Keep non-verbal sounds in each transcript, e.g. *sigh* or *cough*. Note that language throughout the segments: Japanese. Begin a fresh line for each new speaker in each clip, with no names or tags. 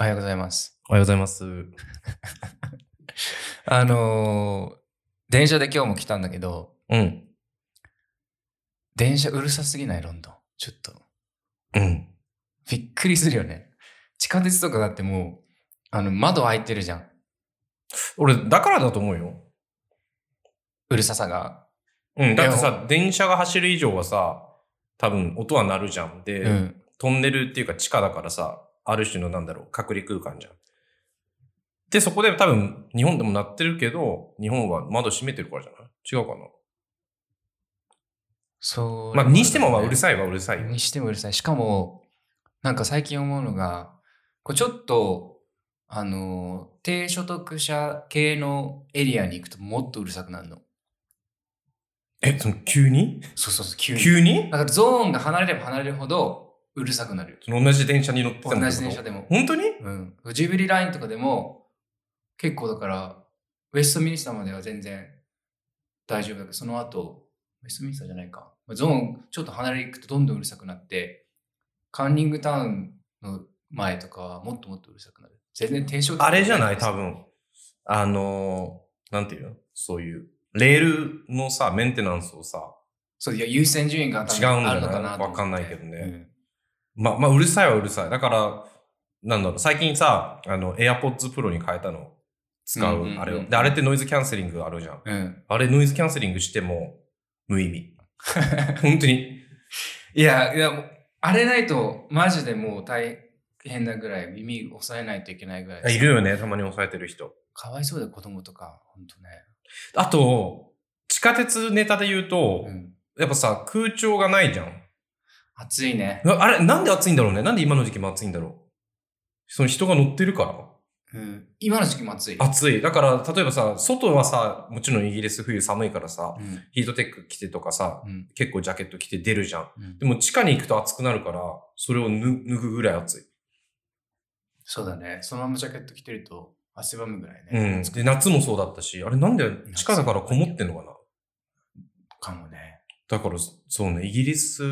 おはようございます。
おはようございます。
あのー電車で今日も来たんだけど、
うん。
電車うるさすぎないロンドン。ちょっと、
うん。
びっくりするよね。地下鉄とかだってもう、あの、窓開いてるじゃん。
俺、だからだと思うよ。
うるささが。
うん。だって
い
さ、電車が走る以上はさ、多分音は鳴るじゃん。で、
うん。
トンネルっていうか地下だからさ、ある種のなんだろう、隔離空間じゃん。で、そこで多分、日本でも鳴ってるけど、日本は窓閉めてるからじゃない違うか
そう。
なまあ、にしてもまあうる
い。
さいはうるさいよ。
にしてもうるさい。しかも、なんか最近思うのが、こうちょっと、あのー低所得者系のエリアに行くともっとうるさくなるの。
え、その、急に
そうそうそう、急に。
急に
だからゾーンが離れれば離れるほどうるさくなるよ。
その同じ電車に乗ってた
同
もん
じ電車でも。
本当に
うん。ジュビリーラインとかでも、結構だから、ウェストミンスターまでは全然大丈夫だけど、その後、ウェストミンスターじゃないか。ゾーン、ちょっと離れていくとどんどんうるさくなって、カンニングタウンの前とかはもっともっとうるさくなる。全然低所得
あれじゃない多。分。あのー、なんていうのそういう、レールのさ、メンテナンスをさ、
そう、いや、優先順位が多分
違うんだ
ある
よね
のかなと思って
わかんないけどねま、まあ、うるさいはうるさい。だから、なんだろう、最近さ、あの、AirPods Pro に変えたの。使う、
うんうんうん
あれを。で、あれってノイズキャンセリングあるじゃん。
うん。うん。
あれ、ノイズキャンセリングしても、無意
*laughs*
味。本当に。
いや、いや、あれないと、マジでもう大変なぐらい、耳押さえないといけないぐらい。
いるよね、たまに抑えてる人。
かわいそうだよ、子供とか。ほんとね。
あと、地下鉄ネタで言うと、
うん。
やっぱさ、空調がないじゃん。
暑いね。
なあれ、なんで暑いんだろうねなんで今の時期も暑いんだろうその人が乗ってるから
うん。今の時期も暑い。
暑い。だから、例えばさ、外はさ、もちろんイギリス冬寒いからさ、
うん。
ヒートテック着てとかさ、
うん。
結構ジャケット着て出るじゃん。
うん
でも地下に行くと暑くなるから、それを脱脱ぐぐらい暑い。
そうだね。そのままジャケット着てると、汗ばむぐらいね。
うん。
暑く
で、夏もそうだったし、あれなんで地下だからこもってんのかな
かもね。
だから、そうね、イギリス、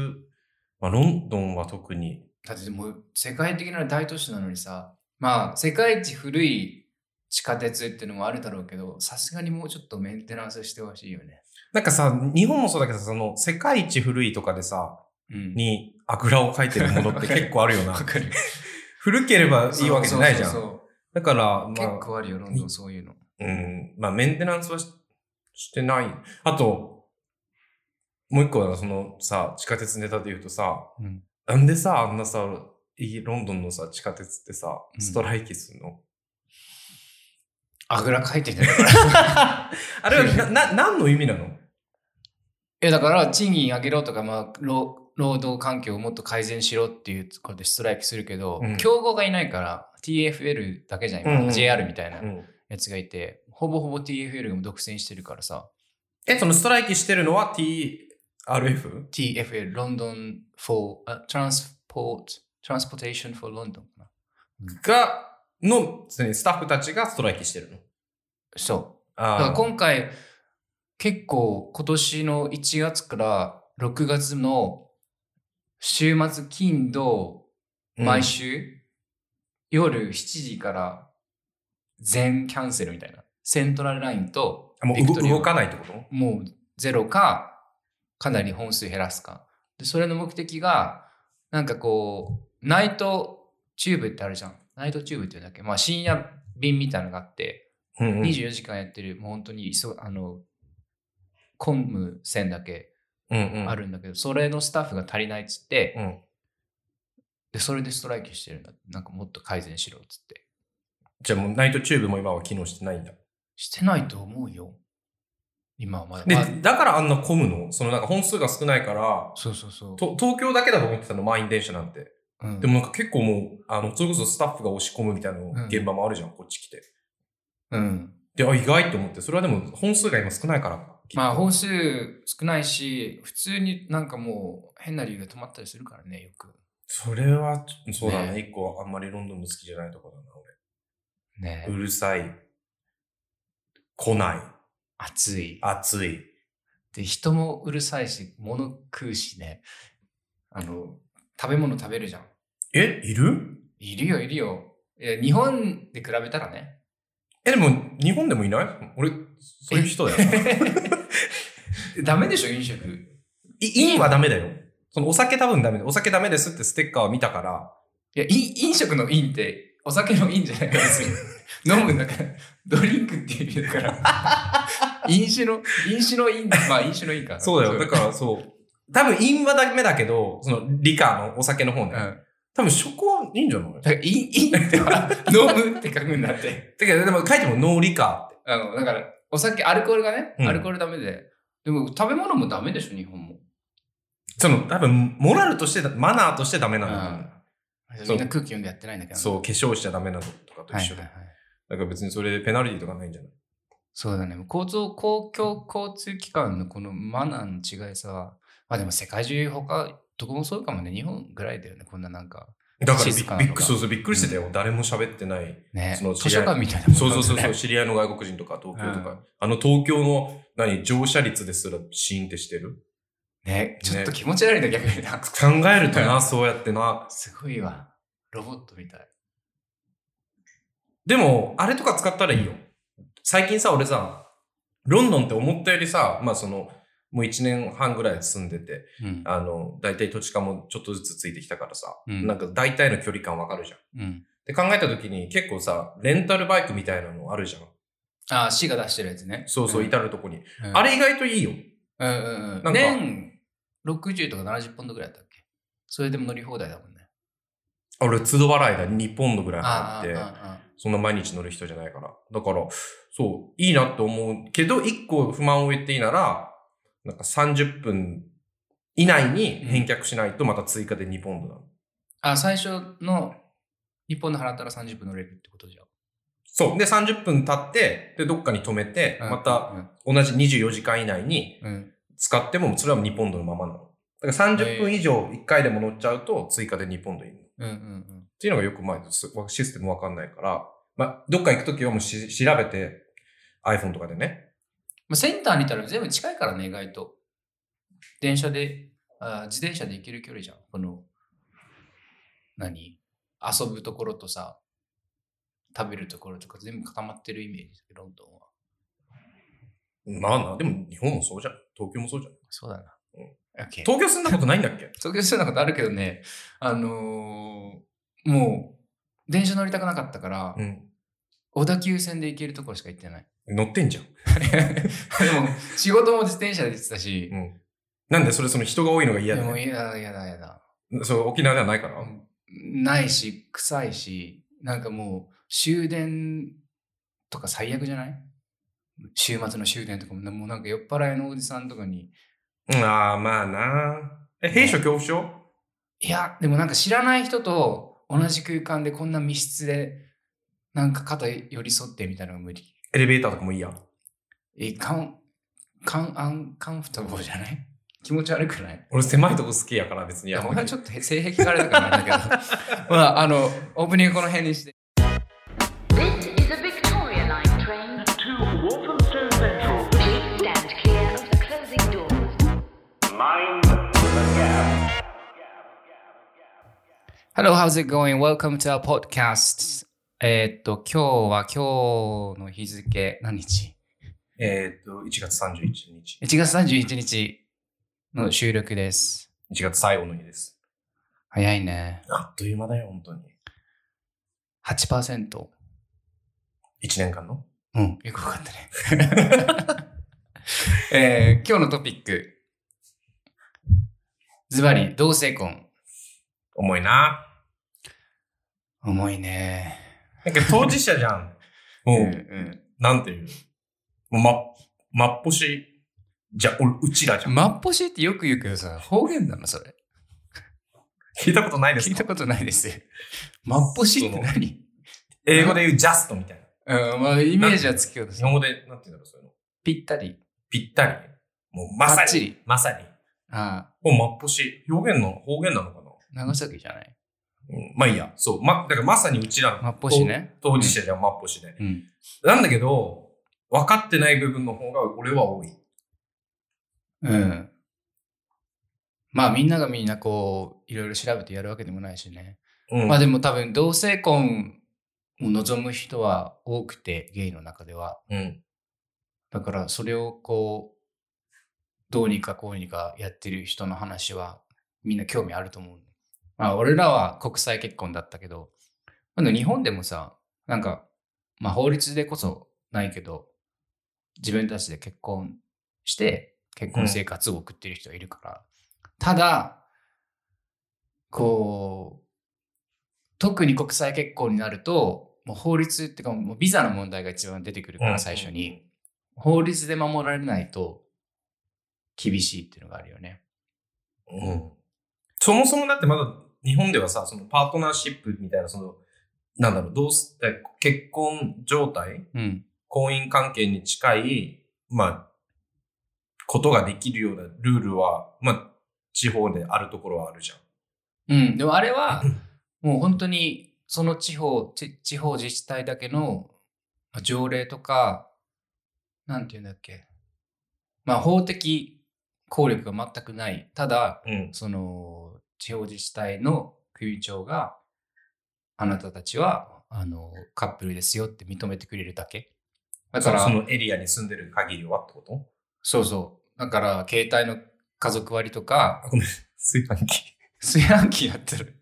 まあ、ロンドンは特に、
だってもう、世界的な大都市なのにさ、まあ、世界一古い地下鉄っていうのもあるだろうけど、さすがにもうちょっとメンテナンスしてほしいよね。
なんかさ、日本もそうだけどさ、その、世界一古いとかでさ、
うん。
に、あぐらをかいてるものって結構あるよな
わ。かる。
古ければいいわけじゃないじゃ
そうそ
ん。
うそう
だから、ま
そう
あ
結、構あるよ、ロンドン、そういうの。
うん、まあメンテナンスはししてない。あと、もう一個はそのさ、地下鉄ネタで言うとさ、
うん
なんでさ、あんなさ、イギロンドンのさ、地下鉄ってさ、
うん
ストライキするの、
あぐらかいてんだよ。
あれはな、な、何の意味なの
え、だから、賃金上げろとか、まあ、労労働環境をもっと改善しろっていうことでストライキするけど、
うん
競合がいないから、TFL だけじゃん、今
うんうん
JR みたいな
うん
やつがいて、ほぼほぼ TFL が独占してるからさ、
え、そのストライキしてるのは TRF?
TFL、ロンドン for、あ、transport、transportation for London かな。
が、の、常にスタッフたちがストライキしてるの。
そう。だから
あー
今回結構今年の1月から6月の週末金土
うん
毎週夜7時から全キャンセルみたいなセントラルラインと
あも
ビクト
う
リ
動
ア
動かないってこと
もうゼロかかなり本数減らすかでそれの目的がなんかこうナイトチューブってあるじゃんナイトチューブっていうんだっけまあ深夜便みたいなのがあって
うんうん
24時間やってる、もう本当に急あの混む線だけ
うんうん
あるんだけど、それのスタッフが足りないっつって、
うん
でそれでストライキしてるんだってなんかもっと改善しろっつって
じゃあもうナイトチューブも今は機能してないんだ。
してないと思うよ今はまだ
で
まあ、
だからあんな混むのそのなんか本数が少ないから、
そうそうそう、
と東京だけだと思ってたの、満員電車なんて。
うん
でもなんか結構もう、あの、それこそスタッフが押し込むみたいな
う
の
ん
現場もあるじゃん、こっち来て。
うん
で、あ、意外と思って。それはでも本数が今少ないから。きっと
まあ本数少ないし普通になんかもう変な理由で止まったりするからねよく
それはちょ、そうだね。
ね
一個あんまりロンドンの好きじゃないとこだな、
ね
俺。うるさい。来ない。
暑い
暑い。
で人もうるさいし物食うしねあの食べ物食べるじゃん
え、いる
いるよ、いるよ。えー日本で比べたらね。
え、でも、日本でもいない俺、そういう人だよな。
*laughs* ダメでしょ、飲食。
いインはダメだよ。そのお酒多分ダメだよお酒ダメですってステッカーを見たから、
いや、い飲食の飲って、お酒の飲じゃないから、
*laughs*
別に。飲むんだから、ドリンクっていう意味だから。
*laughs*
飲酒の、飲酒の飲、まあ飲酒の飲か。
そうだよ。だからそう。多分インはダメだけど、その理科のお酒の方ね。
うん。
多分食はいいんじゃないだ
だから、いい、いいっては、飲むって書くんだって。
けど、でも書いてもノー理科
あの、だから、お酒、アルコールがね、
うん
アルコールダメで。でも、食べ物もダメでしょ、日本も。
その多分、モラルとして、マナーとしてダメなんだと思うそ
み
う
んな空気読んでやってないんだけど。う。
そう、化粧しちゃダメなのとかと
はい
一
はい
緒で。
はい。
だから別にそれでペナルティーとかないんじゃない
そうだね。交通、公共交通機関のこのマナーの違いさ。まあでも、世界中、他、どこもそうかもね。日本ぐらいだよね。こんななんか。
だからび
静かな
び
の
っ
が
くそうそうびっくりしてたよ。誰も喋ってない。
ね。
その
図書館みたいな
そうそうそうそう、
う。
知り合いの外国人とか東京とか。
うん
あの東京の、何、乗車率ですらシーンってしてる
ね。ちょっと気持ち悪いな、逆にな。
考えるとな、そうやってな。
すごいわ。ロボットみたい。
でも、あれとか使ったらいいよ。最近さ、俺さ、ロンドンって思ったよりさ、まあその、もう1年半ぐらい住んでて、
うん。
あの、大体土地勘もちょっとずつついてきたからさ、
うん
なんか大体の距離感わかるじゃん。っ
うん。
て考えた時に結構さ、レンタルバイクみたいなのあるじゃん。
ああ、市が出してるやつね。
そうそう、
ん
至るとこに。
うん
あれ意外といいよ。
うんうんうん
んか
年60とか70ポンドぐらいだったっけそれでも乗り放題だもんね。
俺、都度払いだ、2ポンドぐらい
あ
払って、
あ
そんな毎日乗る人じゃないから。だから、そう、いいなと思うけど、1個不満を言っていいなら、なんか30分以内に返却しないとまた追加で2ポンドなの。
ああ、最初の1ポンド払ったら30分乗れるってことじゃん。
そう。で、30分経って、で、どっかに止めて、また、同じ24時間以内に
うん、うん。
使っても、それは2ポンドのままなの。だから30分以上1回でも乗っちゃうと、追加で2ポンドいるの。
うんうんうん。
っていうのがよく前ですシステムわかんないから、まあ、どっか行くときはもうし調べて、iPhone とかでね。
まあ、センターにいたら全部近いからね、意外と。電車で、あー自転車で行ける距離じゃん。この、何遊ぶところとさ、食べるところとか全部固まってるイメージだけど、ロンドンは。
まあな、でも日本もそうじゃん。東京もそうじゃん。
そうだな。
うん
OK
東京住んだことないんだっけ
東京住んだことあるけどね、あのーもう、電車乗りたくなかったから、
うん。
小田急線で行けるところしか行ってない。 *laughs*
乗ってんじゃん。
でも、仕事も自転車で行ってたし
う、ん。なんでそれその人が多いのが嫌
で
だ、
も
ね、
嫌だ、嫌だ、嫌だ。
そう、沖縄ではないから。
うんないし、臭いし、なんかもう、終電とか最悪じゃない週末の終電とかも、もうなんか酔っ払いのおじさんとかに、
うん、ああ、まあな。え、兵所恐怖症
いや、でもなんか知らない人と同じ空間でこんな密室で、なんか肩寄り添ってみたいなのが無理。
エレベーターとかもいいや。
え、カン、カン、アン、カンフトボーじゃない気持ち悪くないい
俺狭いとこ好きやから別に
や、
や
俺はちょっとへ性癖があれだからなんだけど。ま *laughs* あ、あの、オープニングこの辺にして。
This is a Victoria Line train.
to Walthamstow Central.
Please stand clear of the closing doors.
Mind the gap.
Hello, how's it going? Welcome to our podcast. えーっと、今日は今日の日付、何日
えーっと、1月31日。
?1 月31日の収録です。
1月最後の日です。
早いね。
あっという間だよ、本当に。
8%。
1年間の
うん、よくわかったね。 *laughs* えー今日のトピック。ズバリ、同性婚。
重いな。
重いね。
なんか当事者じゃん。も *laughs* う、
ん
なんていう。もう、ま、まっぽし、じゃ、俺、うちらじゃん。
まっぽしってよく言うけどさ、方言なのそれ。
聞いたことないです
聞い
か
たことないですよ。まっぽしって何
英語で言うジャストみたいな。
うん、まあ、イメージはつきようと
日本語で、なんて言うんだろう、そういうの。
ぴったり。
ぴったり。もう、まさ
ばっち
に
り。
まさに。
ああ、
もう、まっぽし。表現の、方言なのかな
長崎じゃない。
うん、まあいいや。そう。ま、だからまさにうちらの。
まっぽしね
当。当事者じゃん、まっぽしで。
うん。
なんだけど、分かってない部分の方が俺は多い。
うん。まあ、みんながみんなこう、いろいろ調べてやるわけでもないしね。
うん。
まあでも多分同性婚を望む人は多くて、ゲイの中では。
うん。
だからそれをこうどうにかこうにかやってる人の話はみんな興味あると思う。まあ俺らは国際結婚だったけど、あの日本でもさ、なんか、まあ法律でこそないけど、自分たちで結婚して結婚生活を送ってる人がいるから、ただ、こう、特に国際結婚になると、もう法律っていうかもうビザの問題が一番出てくるから最初に、法律で守られないと厳しいっていうのがあるよね。
うん。そもそもだってまだ日本ではさ、そのパートナーシップみたいな、その、なんだろう、どうす、え結婚状態
うん。
婚姻関係に近い、まあ、ことができるようなルールは、まあ、地方であるところはあるじゃん。
うん。でもあれ *laughs* は、もう本当にその地方、ち地方自治体だけのまあ条例とか、なんていうんだっけ。まあ法的効力が全くない。ただ、
うん。
その地方自治体の首長があなたたちはあのカップルですよって認めてくれるだけ。だから、
そのエリアに住んでる限りはってこと
そうそう。だから、携帯の家族割とか、
炊飯器。
炊飯器やって
*laughs*
る。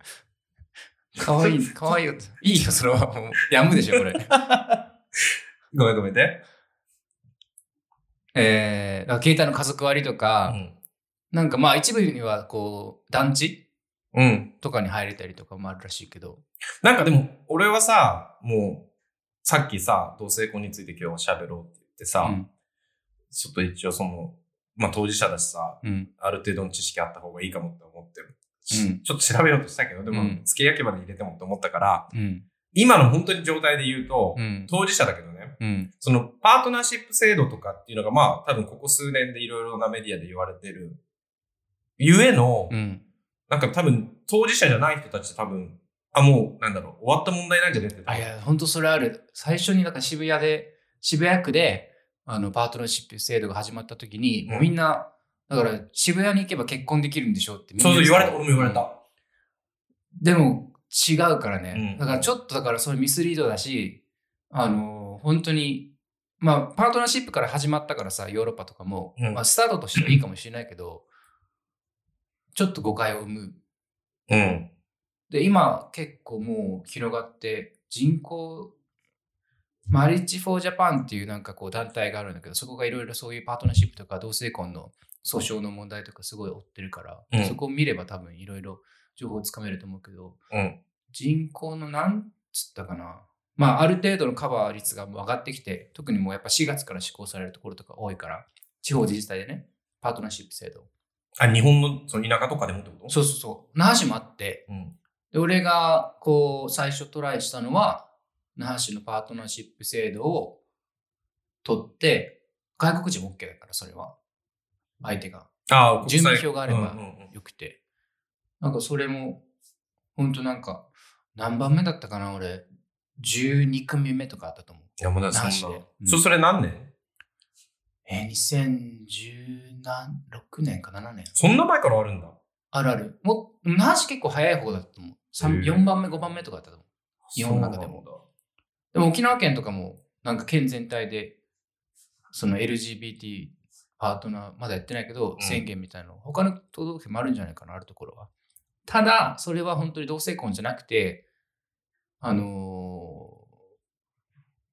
かわいい、 *laughs* かわいいよって。いいよ、それは。もうやむでし
*laughs*
ょ、これ。
ごめんごめんね。
えー、だから携帯の家族割と
う
か、
ん。
なんかまあ一部には、こう、団地
うん。
とかに入れたりとかもあるらしいけど。
なんかでも、俺はさ、もう、さっきさ、同性婚について今日喋ろうって言ってさ、
うん。
ちょっと一応その、まあ当事者だしさ、
うん。
ある程度の知識あった方がいいかもって思ってる。
うん
ちょっと調べようとしたけど、でも、
うん
付け焼き場に入れてもって思ったから、
うん。
今の本当に状態で言うと、
うん。
当事者だけどね、
うん。
そのパートナーシップ制度とかっていうのが、まあ多分ここ数年でいろいろなメディアで言われてる、ゆえの、
うん。
なんか多分当事者じゃない人たち多分、あ、もう、なんだろう、終わった問題なんじゃねって。
あ、いや、本当それある。最初に、なんか渋谷で、渋谷区で、あの、パートナーシップ制度が始まった時に、もうみんな、だから、渋谷に行けば結婚できるんでしょってみんな
そうそう、言われた、
言
俺
っ
も
て
言われた。
でも、違うからね。
うん
だから、ちょっと、だから、それミスリードだし、あの、本当に、まあ、パートナーシップから始まったからさ、ヨーロッパとかも、
うん
まあ、スタートとしてはいいかもしれないけ
*clears throat*
ど、ちょっと誤解を生む。
うん。
で、今、結構もう広がって、人口、マリッジ・フォー・ジャパンっていうなんかこう団体があるんだけど、そこがいろいろそういうパートナーシップとか同性婚の訴訟の問題とかすごい追ってるから、
うん
そこを見れば多分いろいろ情報つかめると思うけど、
うん。
人口のなんつったかな。まあ、ある程度のカバー率がもう上がってきて、特にもうやっぱ4月から施行されるところとか多いから、地方自治体でね、パートナーシップ制度。
あ、日本のその田舎とかでもってこと
そうそうそう。那覇市もあって、
うん。
で俺がこう最初トライしたのは、那覇市のパートナーシップ制度を取って、外国人も OK だから、それは。相手が。
あ
準備票があれば
うんうんうん
よくて。なんかそれも、ほんとなんか、何番目だったかな俺、12組目とかあったと思う。
いや、もうだって
な
そん
し
な
でうん。
そ、それ何年
えー、2016年か7年
そんな前からあるんだ。
あるある。もう、那覇市結構早い方だったと思う。
へ
三
ー
4番目、5番目とかだったと思う。日本の中でもでも沖縄県とかも、なんか県全体で、その LGBT パートナー、まだやってないけど、
ん
宣言みたいなの、他の都道府県もあるんじゃないかな、あるところは。ただ、それは本当に同性婚じゃなくて、あのー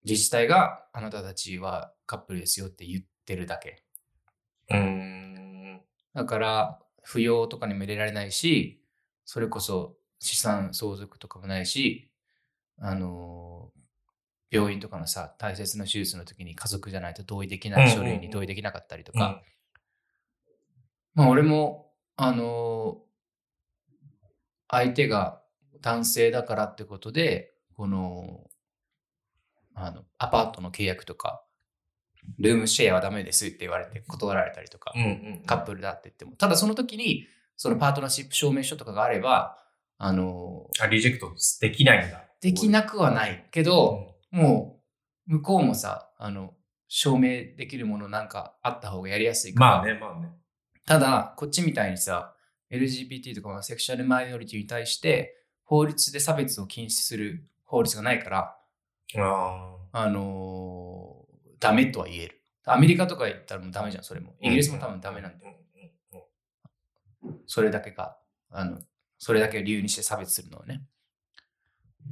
自治体があなたたちはカップルですよって言ってるだけ。
そうなんだ。
だから、扶養とかにも入れられないし、それこそ資産相続とかもないし、あのー病院とかのさ、大切な手術の時に家族じゃないと同意できない書類に同意できなかったりと
うーん。
か、まあ俺も、あのー相手が男性だからってことで、この、あの、アパートの契約とか、ルームシェアはダメですって言われて断られたりとか、
うんうん。
カップルだって言っても。ただその時に、そのパートナーシップ証明書とかがあれば、あの、
あ、リジェクトできないんだ。
できなくはないけ
う
ど、
ん
もう、向こうもさ、あの、証明できるものなんかあった方がやりやすいから。
まあね、まあね。
ただ、こっちみたいにさ、LGBT とかまあセクシャルマイノリティに対して、法律で差別を禁止する法律がないから、
あ
あのーダメとは言える。アメリカとか行ったらもうダメじゃん、それも。イギリスも多分ダメなんだよ。それだけが、あの、それだけを理由にして差別するのはね。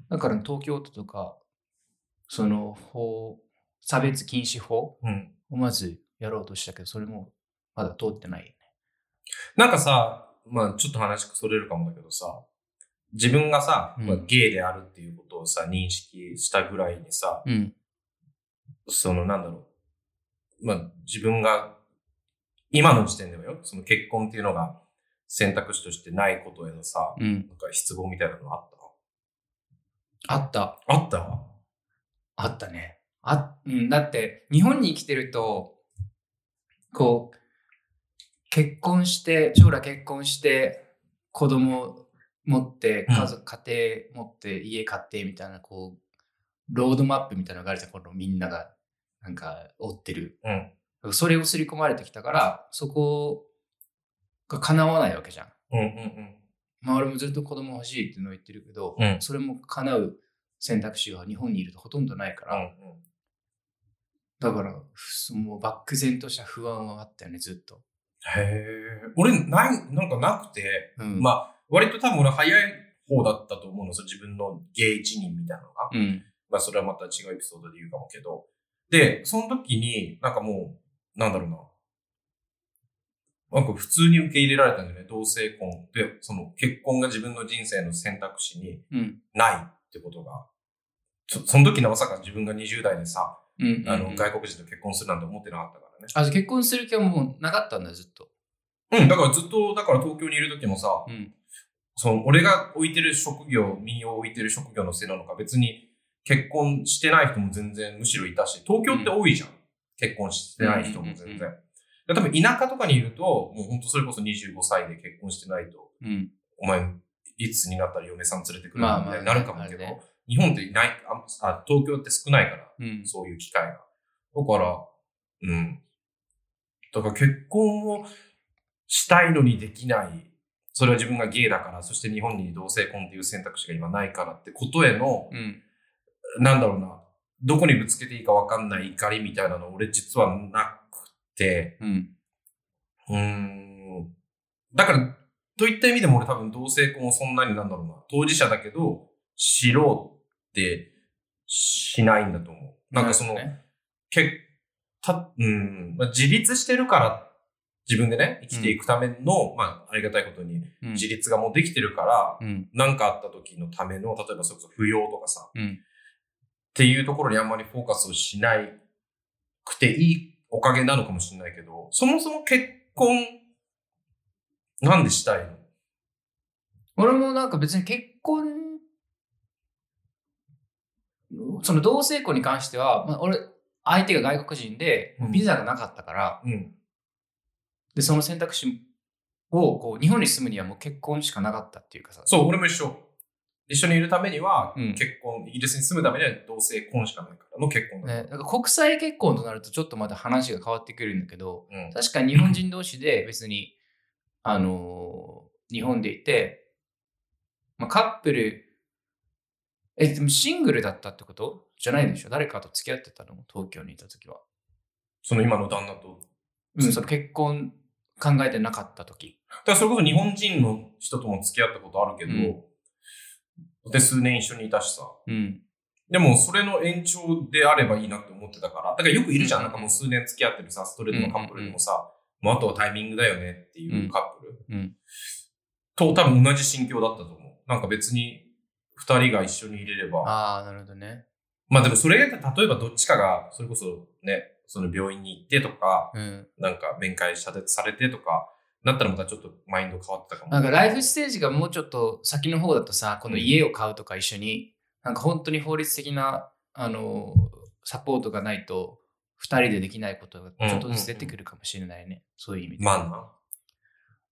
だから東京都とか、その法、差別禁止法
あ。うん。
をまずやろうとしたけど、それもまだ通ってないよね。
なんかさ、まあちょっと話それるかもだけどさ、自分がさ、
うん
まあ、ゲイであるっていうことをさ、認識したぐらいにさ、
うん。
そのなんだろう。まあ自分が、今の時点ではよ、その結婚っていうのが選択肢としてないことへのさ、
うん。
なんか失望みたいなのあっ
あった。
たあった
あったね。あ、うん、だって、日本に生きてると、こう、結婚して、将来結婚して、子供持って、
うん
家族、家庭持って、家買って、みたいな、こう、ロードマップみたいなのがあるじゃん、このみんなが、なんか、追ってる。
うん。
それを刷り込まれてきたから、そこが叶わないわけじゃん。
うんうんうん。
まあ、俺もずっと子供欲しいっていうのを言ってるけど、
うん
それも叶う選択肢は日本にいるとほとんどないから、だから、ふすもう漠然とした不安はあったよね、ずっと。
へえ。俺、ない、なんかなくて、
うん。
ま
あ、
あ、割と多分俺早い方だったと思うの、その自分のゲイ自認みたいなのが。
うん。
まあ、それはまた違うエピソードで言うかもけど。で、その時に、なんかもう、なんだろうな。なんか普通に受け入れられたんだよね。同性婚で、その結婚が自分の人生の選択肢に
うん。
ないってことが。そその時なまさか自分が20代でさ、
うん。
あの、
うん、あ、じ
外国人と結婚するなんて思ってなかったからね。
ゃあ結婚する気はもうなかったんだ、ずっと。
うん、だからずっと、だから東京にいる時もさ、
うん。
その俺が置いてる職業、身を置いてる職業のせいなのか、別に結婚してない人も全然むしろいたし、東京って多いじゃん。結婚してない人も
うんう
全
んうんう
然。で多分田舎とかにいると、もう本当それこそ25歳で結婚してないと、
うん。
お前、いつになったら嫁さん連れてくる
まあ
のみ
まあ
たいになるかも
あ
け
る
ど
ね、
日本っていないああ、東京って少ないから、
うん。
そういう機会が。だから、うん。だから結婚をしたいのにできない。それは自分がゲイだから、そして日本に同性婚っていう選択肢が今ないからってことへの、
うん。
なんだろうな、どこにぶつけていいかわかんない怒りみたいなの俺実はなくて、
うん。
うーん。だから、といった意味でも俺多分同性婚をそんなになんだろうな、当事者だけど、知ろうってしないんだと思う。なんかその、
るほどね
けた、うん、まあ、自立してるから、自分でね、生きていくための、まあ、ありがたいことに、
うん
自立がもうできてるか
う
ら、
ん。
何かあった時のための、例えばそれこそ扶養とかさ、
うん
っていうところにあんまりフォーカスをしないくていいおかげなのかもしれないけど、そもそも結婚、なんでしたいの
俺もなんか別に結婚、その同性婚に関しては、まあ、俺、相手が外国人で、
うん
ビザがなかったから、
うん。
で、その選択肢を、こう、日本に住むにはもう結婚しかなかったっていうかさ。
そう、俺も一緒。一緒にいるためには、
うん
結婚、イギリスに住むためには同性婚しかないからの結婚だ、
ね、だから国際結婚となるとちょっとまた話が変わってくるんだけど、
うん。
確かに日本人同士で別に、あのー日本でいて、まあ、カップル、え、でもシングルだったってことじゃないでしょ誰かと付き合ってたの東京にいた時は。
その今の旦那と
うん、その結婚考えてなかった時。
だからそれこそ日本人の人とも付き合ったことあるけど、で、数年一緒にいたしさ。
うん。
でも、それの延長であればいいなって思ってたから。だからよくいるじゃん。
うん
なんかもう数年付き合ってるさ、ストレートのカップルでもさ、もうあとはタイミングだよねっていうカップル。
うん。
と、多分同じ心境だったと思う。なんか別に、二人が一緒にいれれば。
ああ、なるほどね。
まあでもそれが、例えばどっちかが、それこそね、その病院に行ってとか、
うん。
なんか面会されされてとか、なったらまたちょっとマインド変わってたかも。
なんかライフステージがもうちょっと先の方だとさ、この家を買うとか一緒に、なんか本当に法律的な、あの、サポートがないと、二人でできないことがちょっとずつ出てくるかもしれないね。そういう意味で。
まあな。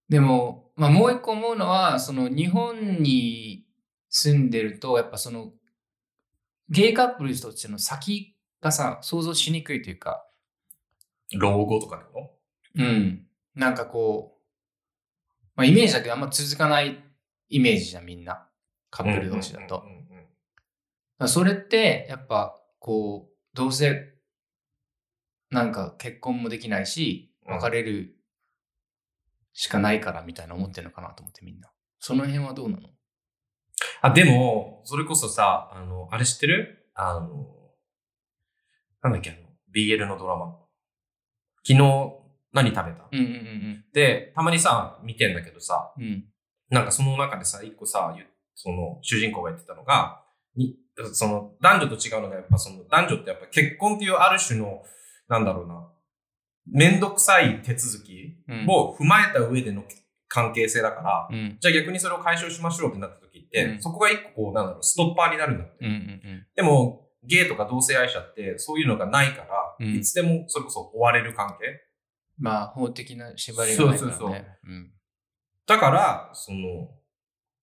でも、まあもう一個思うのは、その日本に住んでると、やっぱその、ゲイカップルとしての先がさ、想像しにくいというか、
老後とかでも
うん。なんかこう、まあイメージだけどあんま続かないイメージじゃん、みんな。カップル同士だと。
うんうんうんうん
らそれって、やっぱ、こう、どうせ、なんか結婚もできないし、
うん
別れるしかないからみたいな思ってるのかなと思ってみんな。その辺はどうなの
あ、でも、それこそさ、あの、あれ知ってるあの、なんだっけ、あの、BL のドラマ。昨日、何食べた、
うんうん
で、たまにさ、見てんだけどさ、
うんうん。うん。
なんかその中でさ、一個さ、ゆその、主人公が言ってたのが、に、その、男女と違うのが、やっぱその、男女ってやっぱ結婚っていうある種の、なんだろうな、めんどくさい手続き
うん
を踏まえた上での関係性だから、
うん
じゃあ逆にそれを解消しましょうってなった時って、
うん
そこが一個こう、なんだろう、ストッパーになるんだって。
うんうん
でも、ゲイとか同性愛者って、そういうのがないから、
うん
いつでもそれこそ追われる関係。
まあ、法的な縛りがないからね。
そうそうそう
うん
だから、その、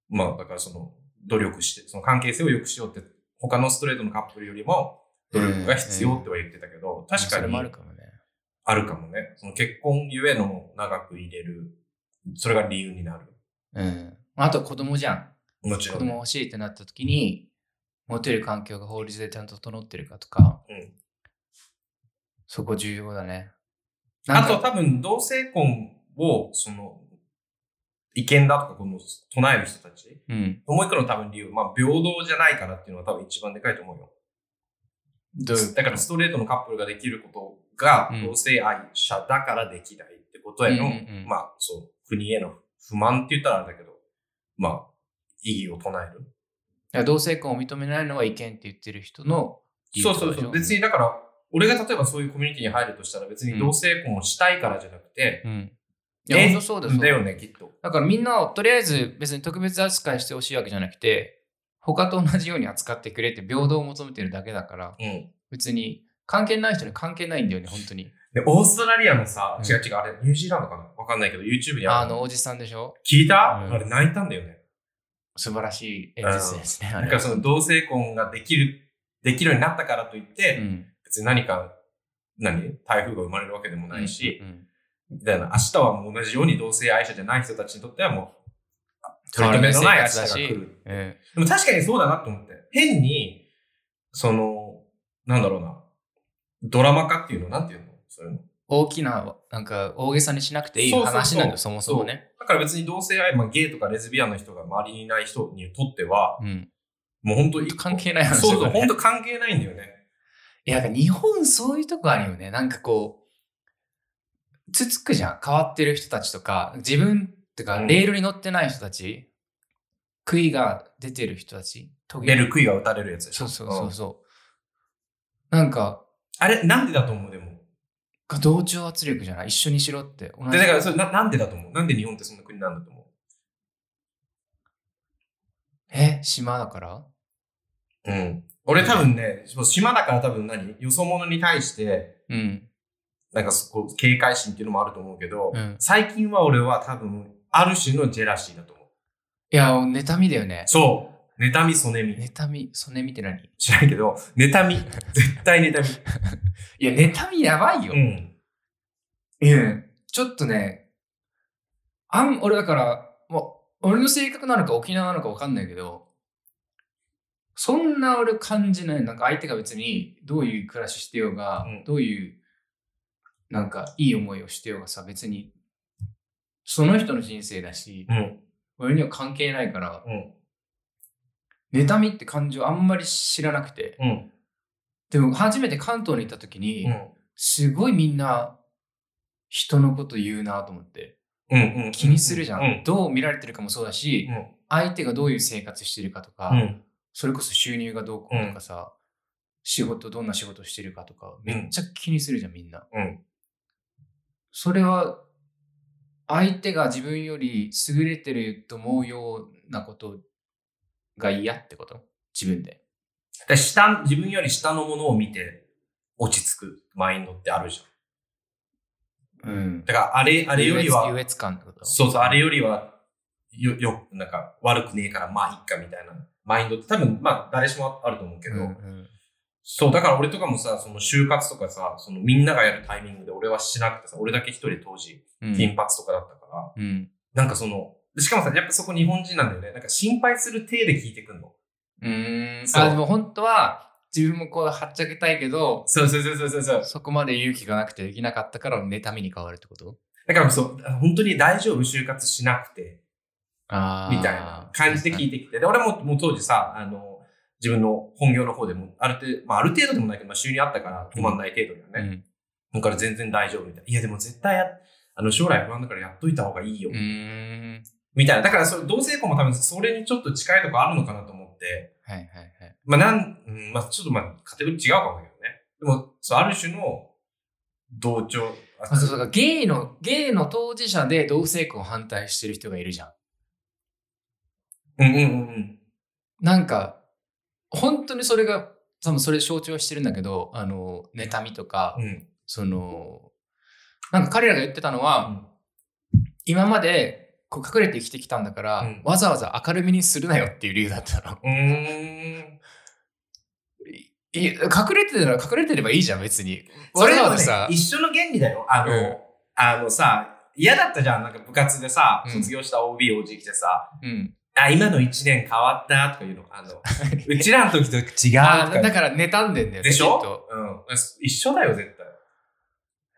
まあ、だからその、努力して、その関係性を良くしようって、他のストレートのカップルよりも、努力が必要っては言ってたけど、確か
それ
に
もあるかもね。
あるかもね。その結婚ゆえの長く入れる、それが理由になる。
うん。あと子供じゃん。
もち
子
ろん
供
ね。
欲しいってなった時に持てる環境が法律でちゃんと整ってるかとか、
うん
そこ重要だね
あ
な
と
んか
多分、同性婚を、その、意見だとか、この、唱える人たち
うん
もう一個の多分理由、まあ、平等じゃないからっていうのは多分一番でかいと思うよ。
どういう
だからストレートのカップルができることが
うん
同性愛者だからできないってことへの、
うんうんうん
まあ、そう、国への不満って言ったらあれだけど、まあ、異議を唱える。
だから同性婚を認めないのは違憲って言ってる人の理由
そ
っ
う
てこと
そう
でしょ
そう。別に、だから、俺が例えばそういうコミュニティに入るとしたら別に同性婚をしたいからじゃなくて、
うんいや
え
本当そうだそう
だよね、きっと。
だからみんなをとりあえず別に特別扱いしてほしいわけじゃなくて他と同じように扱ってくれって平等を求めてるだけだから
うん。
別に関係ない人に関係ないんだよね本当に
で、オーストラリアのさ、
うん
違う違う、あれ、ニュージーランドかなわかんないけど、YouTube に
あ
あ
の
の、
おじさんでしょ
聞いた、
うん
あれ泣いたんだよね。
素晴らしい演説ですねあ
なん
れ
かその同性婚ができる、できるようになったからといって、
うん
別に何か、何台風が生まれるわけでもないし、
うん
みたいな、明日はもう同じように同性愛者じゃない人たちにとってはもう、
変わらない生
トリートメントのない
活だ
明日が
し
来る。
うん
でも確かにそうだなと思って。変に、その、なんだろうな、ドラマ化っていうの、なんていうのそういうの。
大きな、なんか大げさにしなくていい
そうそうそう
話なんだよ、そもそもね。
だから別に同性愛、まあゲイとかレズビアンの人が周りにいない人にとっては、
うん。
もう本当に
関係ない話だ
そ
か
う
ら
そう、
ね
本当関係ないんだよね。
いや、なんか日本そういうとこあるよね。なんかこう、つつくじゃん。変わってる人たちとか、自分ってか、
うん
レールに乗ってない人たち、悔いが出てる人たち、ト
出る杭が打たれるやつでし
そ
ょ。
うそうそ
ん
うそう。なんか、
あれ、なんでだと思うでも。
同調圧力じゃない一緒にしろって。同じ
で、だからそれな、なんでだと思うなんで日本ってそんな国なんだと思
え、島だから
ううん。俺多分ね、そう島だから多分何よそ者に対して、
うん。
なんかそこ、警戒心っていうのもあると思うけど、
うん
最近は俺は多分、ある種のジェラシーだと思う。
いや、妬みだよね。
そう。妬み、そねみ。
妬み、そねみって何
知らんけど、妬
*laughs*
み。絶対妬
いや、妬みやばいよ。
み。うん。
うん。ちょっとね、あん、俺だから、もう、俺の性格なのか沖縄なのかわかんないけど、そんな俺感じない。なんか相手が別にどういう暮らししてようが、
うん
どういう、なんかいい思いをしてようがさ、別に、その人の人生だし、
うん。
俺には関係ないから、
うん。
妬みって感情あんまり知らなくて。
うん。
でも初めて関東に行った時に、
うん。
すごいみんな、人のこと言うなと思って。
うん。うん。
気にするじゃん、
うん。
どう見られてるかもそうだし、
うん
相手がどういう生活してるかとか、
うん。
それこそ収入がどうこうとかさ、仕事どんな仕事してるかとか
うん
めっちゃ気にするじゃんみんな、
うん
それは相手が自分より優れてると思うようなことが嫌ってこと自分で
で下、自分より下のものを見て、落ち着くマインドってあるじゃん。
うん
だから、あれ、あ
あ
れよりは、
優越感ってこと
そうそう、あれよりは、よ、よ、なんか、悪くねえから、まあ、いっか、みたいな、マインドって多分、まあ、誰しもあると思うけ
う
ど、
んうん
そう、だから俺とかもさ、その就活とかさ、そのみんながやるタイミングで俺はしなくてさ、俺だけ一人当時、
うん
金髪とかだったから、
うん
なんかその、しかもさ、やっぱそこ日本人なんだよね。なんか心配する体で聞いてくんの。
うーん。
そう
あ、でも本当は、自分もこう、はっちゃけたいけど、
そうそうそうそうそうそう。
そこまで勇気がなくてできなかったから、妬みに変わるってこと
だからそう、本当に大丈夫、就活しなくて、
ああ。
みたいな感じで聞いてきて。で、俺ももう当時さ、あの、自分の本業の方でも、ある程度、まあある程度でもないけど、まあ収入あったから困んない程度だよね。
ね。
だから全然大丈夫みたいな。いや、でも絶対や、あの、将来不安だからやっといた方がいいよ
う。ん。うーん。
みたいな。だからそれ、同性婚も多分それにちょっと近いとこあるのかなと思って。
はいはいはい。
まあ、なん、うんまあ、ちょっとまあ、カテゴリー違うかもだけどね。でも、そう、ある種の同調。
あそうそうか、ゲイの、ゲイの当事者で同性婚を反対してる人がいるじゃん。
うんうんうんうん。
なんか、本当にそれが、多分それ象徴してるんだけど、あの、妬みとか、
うん。
その、なんか彼らが言ってたのは、
うん
今までこう隠れて生きてきたんだから、
うん
わざわざ明るみにするなよっていう理由だった
*laughs*
の。
うーん。
いや隠れてたら隠れてればいいじゃん、別に。
それ
わざ
は
わざ
ね
さ、
一緒の原理だよ。あの、
うん
あのさ、嫌だったじゃん。なんか部活でさ
う、ん
卒業した OB、OG 来てさ、
うん。
あ、今の一年変わったとか言うの。あ
*laughs*
の、うちらの時と違うと
あ
か
ーだから妬んでんだよね。
でし
きっと
ょうん。一緒だよ、絶対。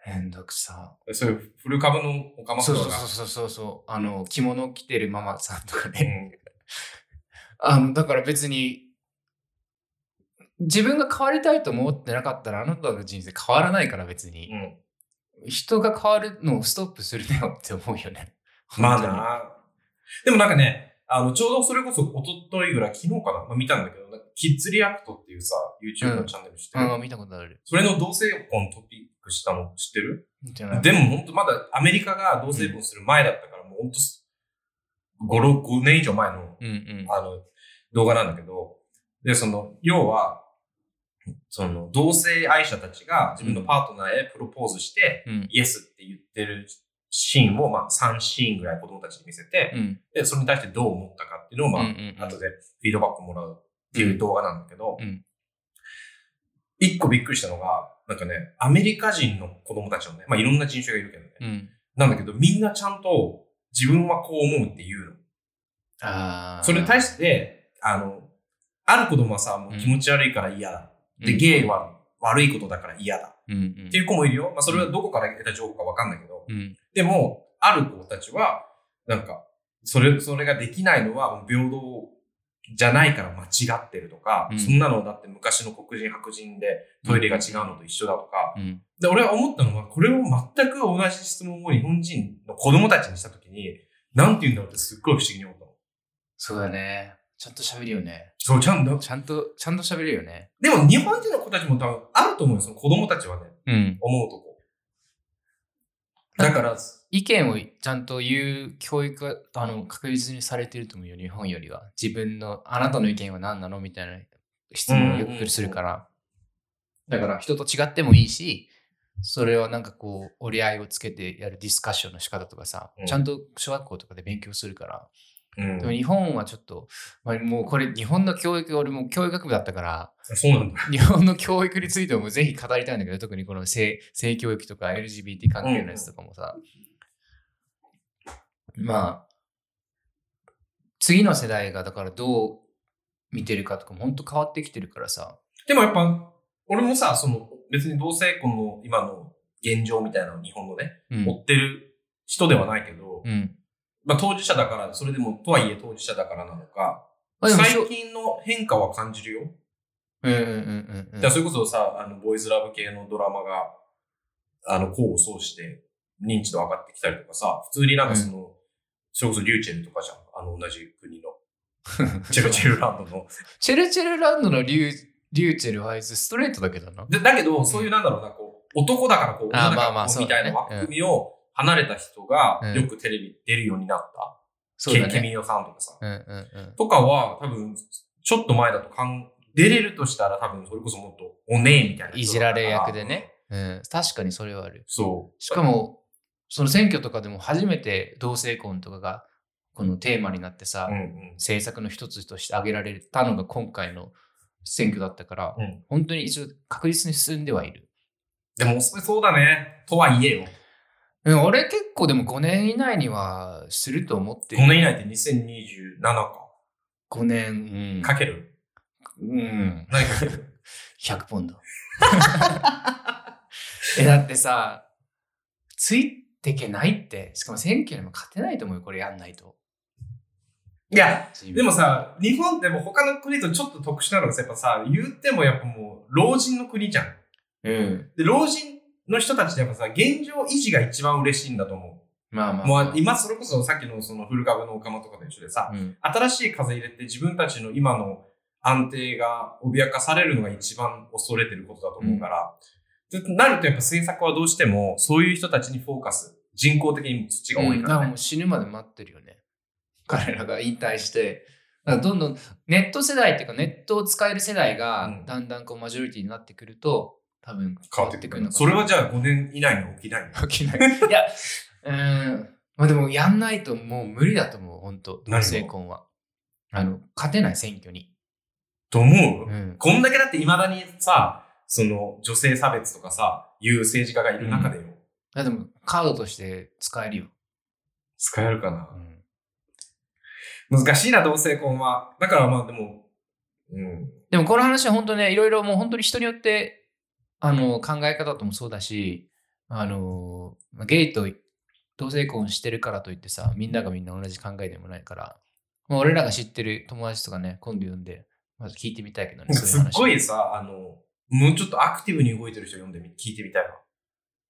めんどくさ。
そういう古株のおかま
そ
と
う
か
そう
が。
そうそうそう。あの、着物着てるママさんとか
う
ね。
ん
*laughs* あの、だから別に、自分が変わりたいと思ってなかったら、あなたの人生変わらないから別に。
うん。
人が変わるのをストップするなよって思うよね。
まあ
本当に。
な。でもなんかね、あの、ちょうどそれこそ一昨日ぐらい、昨日かな、まあ、見たんだけど、なんかキッズリアクトっていうさ、YouTube のチャンネル知ってる、
うん、見たことある。
それの同性婚トピックしたの知ってる
じゃない
でも本当まだアメリカが同性婚する前だったから、もう本当5、6、5年以上前の、
うんうん。
あの、動画なんだけど、で、その、要は、その、同性愛者たちが自分のパートナーへプロポーズして、
うん。
イエスって言ってるシーンを、まあ、3シーンぐらい子供たちに見せて、
うん。
で、それに対してどう思ったかっていうのを、まあ、
あ
後でフィードバックもらうっていう動画なんだけど、
うん
一個びっくりしたのが、なんかね、アメリカ人の子供たちのね、まあいろんな人種がいるけどね、
うん。
なんだけど、みんなちゃんと自分はこう思うっていう
ああ。
の。それに対
し
して、あの、ある子供はさ、もう気持ち悪いから嫌だ。で、
イ。
ゲイは悪いことだから嫌だ。
うんうん。
っていう子もいるよ。まあそれはどこから得た情報かわかんないけど。
うん。
でも、ある子たちは、なんか、それ、それができないのは平等じゃないから間違ってるとか、
うん
そんなのだって昔の黒人白人でトイレが違うのと一緒だとか、
うん。
で、俺は思ったのは、これを全く同じ質問を日本人の子供たちにしたときに、なんて言うんだろうってすっごい不思議に思ったの。
そうだね。ちゃんと喋るよね。
そう、ちゃんと。
ちゃんと、ちゃんと喋るよね。
でも日本人の子たちも多分あると思うよ、その子供たちはね、
うん。
思うとこ。だから、
意見をちゃんと言う教育が、あの、確実にされてると思うよ、日本よりは。自分の、あなたの意見は何なのみたいな質問をよくするから。だから、人と違ってもいいし、それをなんかこう、折り合いをつけてやるディスカッションの仕方とかさ、
うん
ちゃんと小学校とかで勉強するから。
うん
でも日本はちょっと、まあ、もうこれ日本の教育、俺も教育学部だったから、 *laughs*
そうなんだ。
日本の教育についてもぜひ語りたいんだけど、特にこの性性教育とか LGBT 関係のやつとかもさ、まあ、次の世代がだからどう見てるかとかも本当変わってきてるからさ、
でもやっぱ、俺もさ、その、別に同性婚の今の現状みたいなのを日本のね、
うん、
追ってる人ではないけど、
うん。
まあ当事者だから、それでも、とはいえ当事者だからなのか、
まあでもしょ
最近の変化は感じるよ。
うんうんうんうん
だからそれこそさ、あの、ボーイズラブ系のドラマが、あの、功を奏して、認知度上がってきたりとかさ、普通になんかその、それこそリューチェルとかじゃん。あの、同じ国の。
うん。
チェルチェルランドの。
*laughs* チェルチェルランドのリューリューチェルはあいつストレートだけどな。
でだけど、そういうなんだろうな、こう、男だからこう、
あ
女だから
まあまあ
こ
そうう
みたい
だ
な
ね
枠組みを離れた人が
う、ん
よくテレビ出るようになった。
そうだ
ケンケ
ね。
ミオさんとかさ。
うんうんうん。
とかは、多分、ちょっと前だとかん、出れるとしたら多分、それこそもっと、おねえみたいな。
いじられ役でね。。うん、確かにそれはある。
そう。
しかも、その選挙とかでも初めて同性婚とかがこのテーマになってさ、
うんうん。
政策の一つとして挙げられたのが今回の選挙だったから、
うん
本当に一応確実に進んではいる。
でも、そそうだね。とはいえよ。
うん、俺結構でも5年以内にはすると思って
5
る。
年以内って2027か。
5年、うん、
かける
うん。
何かける
*laughs* 100ポンド。え、だってさ、ついてけないって、しかも選挙にも勝てないと思うよ、これやんないと。
いや、で
で
も、さ、日本ってもう他の国とちょっと特殊なのがさ、やっぱさ、言ってもやっぱもう老人の国じゃん。
うん。
で、老人の人たちってやっぱさ、現状維持が一番嬉しいんだと思
まあま
う。
あ。
もう今それこそさっきのその古株のオカマとかと一緒でさ、
うん。
新しい風入れて自分たちの今の安定が脅かされるのが一番恐れてることだと思うから、ってなるとやっぱ政策はどうしてもそういう人たちにフォーカス、人口的にも土が多い
うんだ
か
からら
ね。
もう死ぬまで待ってるよね。彼らが引退して。だからどんどんネット世代っていうかネットを使える世代
う
が
ん
だんだんこうマジョリティになってくると多分
変わってく
の
る
かな
それはじゃあ5年以内に起きないの
起きない。
*laughs*
いや、うーん。まあでもやんないともう無理だと思う、本当
何を
同性婚は。あの、勝てない選挙に。
と思う、
うん。
こんだけだって未だにさ、その女性差別とかさ、いう政治家がいる中でよ。
だってもうカードとして使えるよ。
使えるかな
うん。
難しいな、同性婚は。だからまあでも、うん。
でもこの話は本当ね、いろいろもう本当に人によって、あの、考え方ともそうだし、あの、まあゲイと同性婚してるからといってさ、みんながみんな同じ考えでもないから、まあ、俺らが知ってる友達とかね、今度呼んで、まず聞いてみたいけど
*laughs*
ね、そういう
すっ
話
ごいさ、あの、もうちょっとアクティブに動いてる人呼んでみ聞いてみたいわ。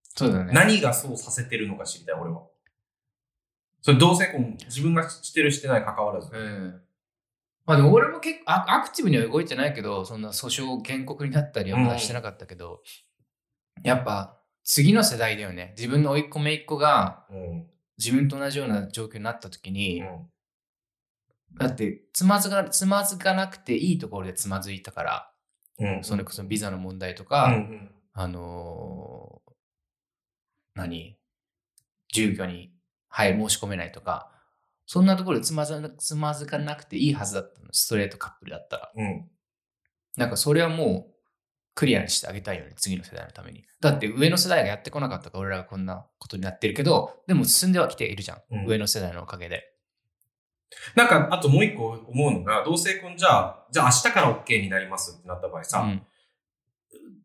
そうだね。
何がそうさせてるのか知りたい、俺は。それ同性婚、自分がしてるしてない関わらず。
うん。まあでも俺も結構アアクティブには動いてないけど、そんな訴訟原告になったりはまだしてなかったけど、やっぱ次の世代だよね。自分の甥いっ子姪っ子が
うん。
自分と同じような状況になった時に、
うん
だってつまずかつまずかなくていいところでつまずいたから、
うん。
それこそビザの問題と
う
か、
んうん。
あのー何住居に、はい、申し込めないとか、そんなところでつまずかつまずかなくていいはずだったの、ストレートカップルだったら。
うん。
なんかそれはもうクリアにしてあげたいよね、次の世代のために。だって上の世代がやってこなかったから俺らがこんなことになってるけど、でも進んではきているじゃん。
うん
上の世代のおかげで。
なんか、あともう一個思うのが、同性婚じゃあ、じゃあ明日から OK になりますってなった場合さ、
うん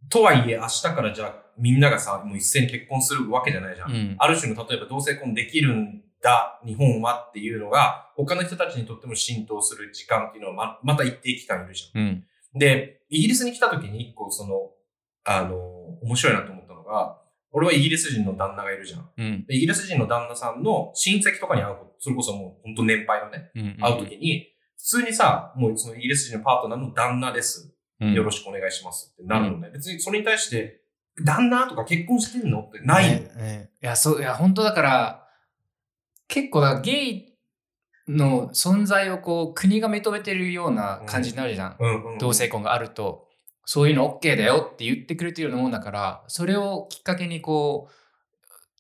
とはいえ明日からじゃあみんながさ、もう一斉に結婚するわけじゃないじゃん。
うん
ある種の例えば同性婚できるんだ、日本はっていうのが、他の人たちにとっても浸透する時間っていうのはま、また一定期間いるじゃ
うん。
ん。で、イギリスに来た時に一個その、あの、面白いなと思ったのが、俺はイギリス人の旦那がいるじゃん。
うん。
でイギリス人の旦那さんの親戚とかに会うこと、それこそもう本当年配のね、
うん。
会う時に、普通にさ、もうそのイギリス人のパートナーの旦那です
うん
よろしくお願いしますってなるのね。別にそれに対して、旦那とか結婚してんのってないの。
ねねいや、そう、いや、本当だから、結構だからゲイの存在をこう国が認めてるような感じになるじゃん。
うんうん。
同性婚があると、そういうの OK だよって言ってくれてるようなもんだから、それをきっかけにこ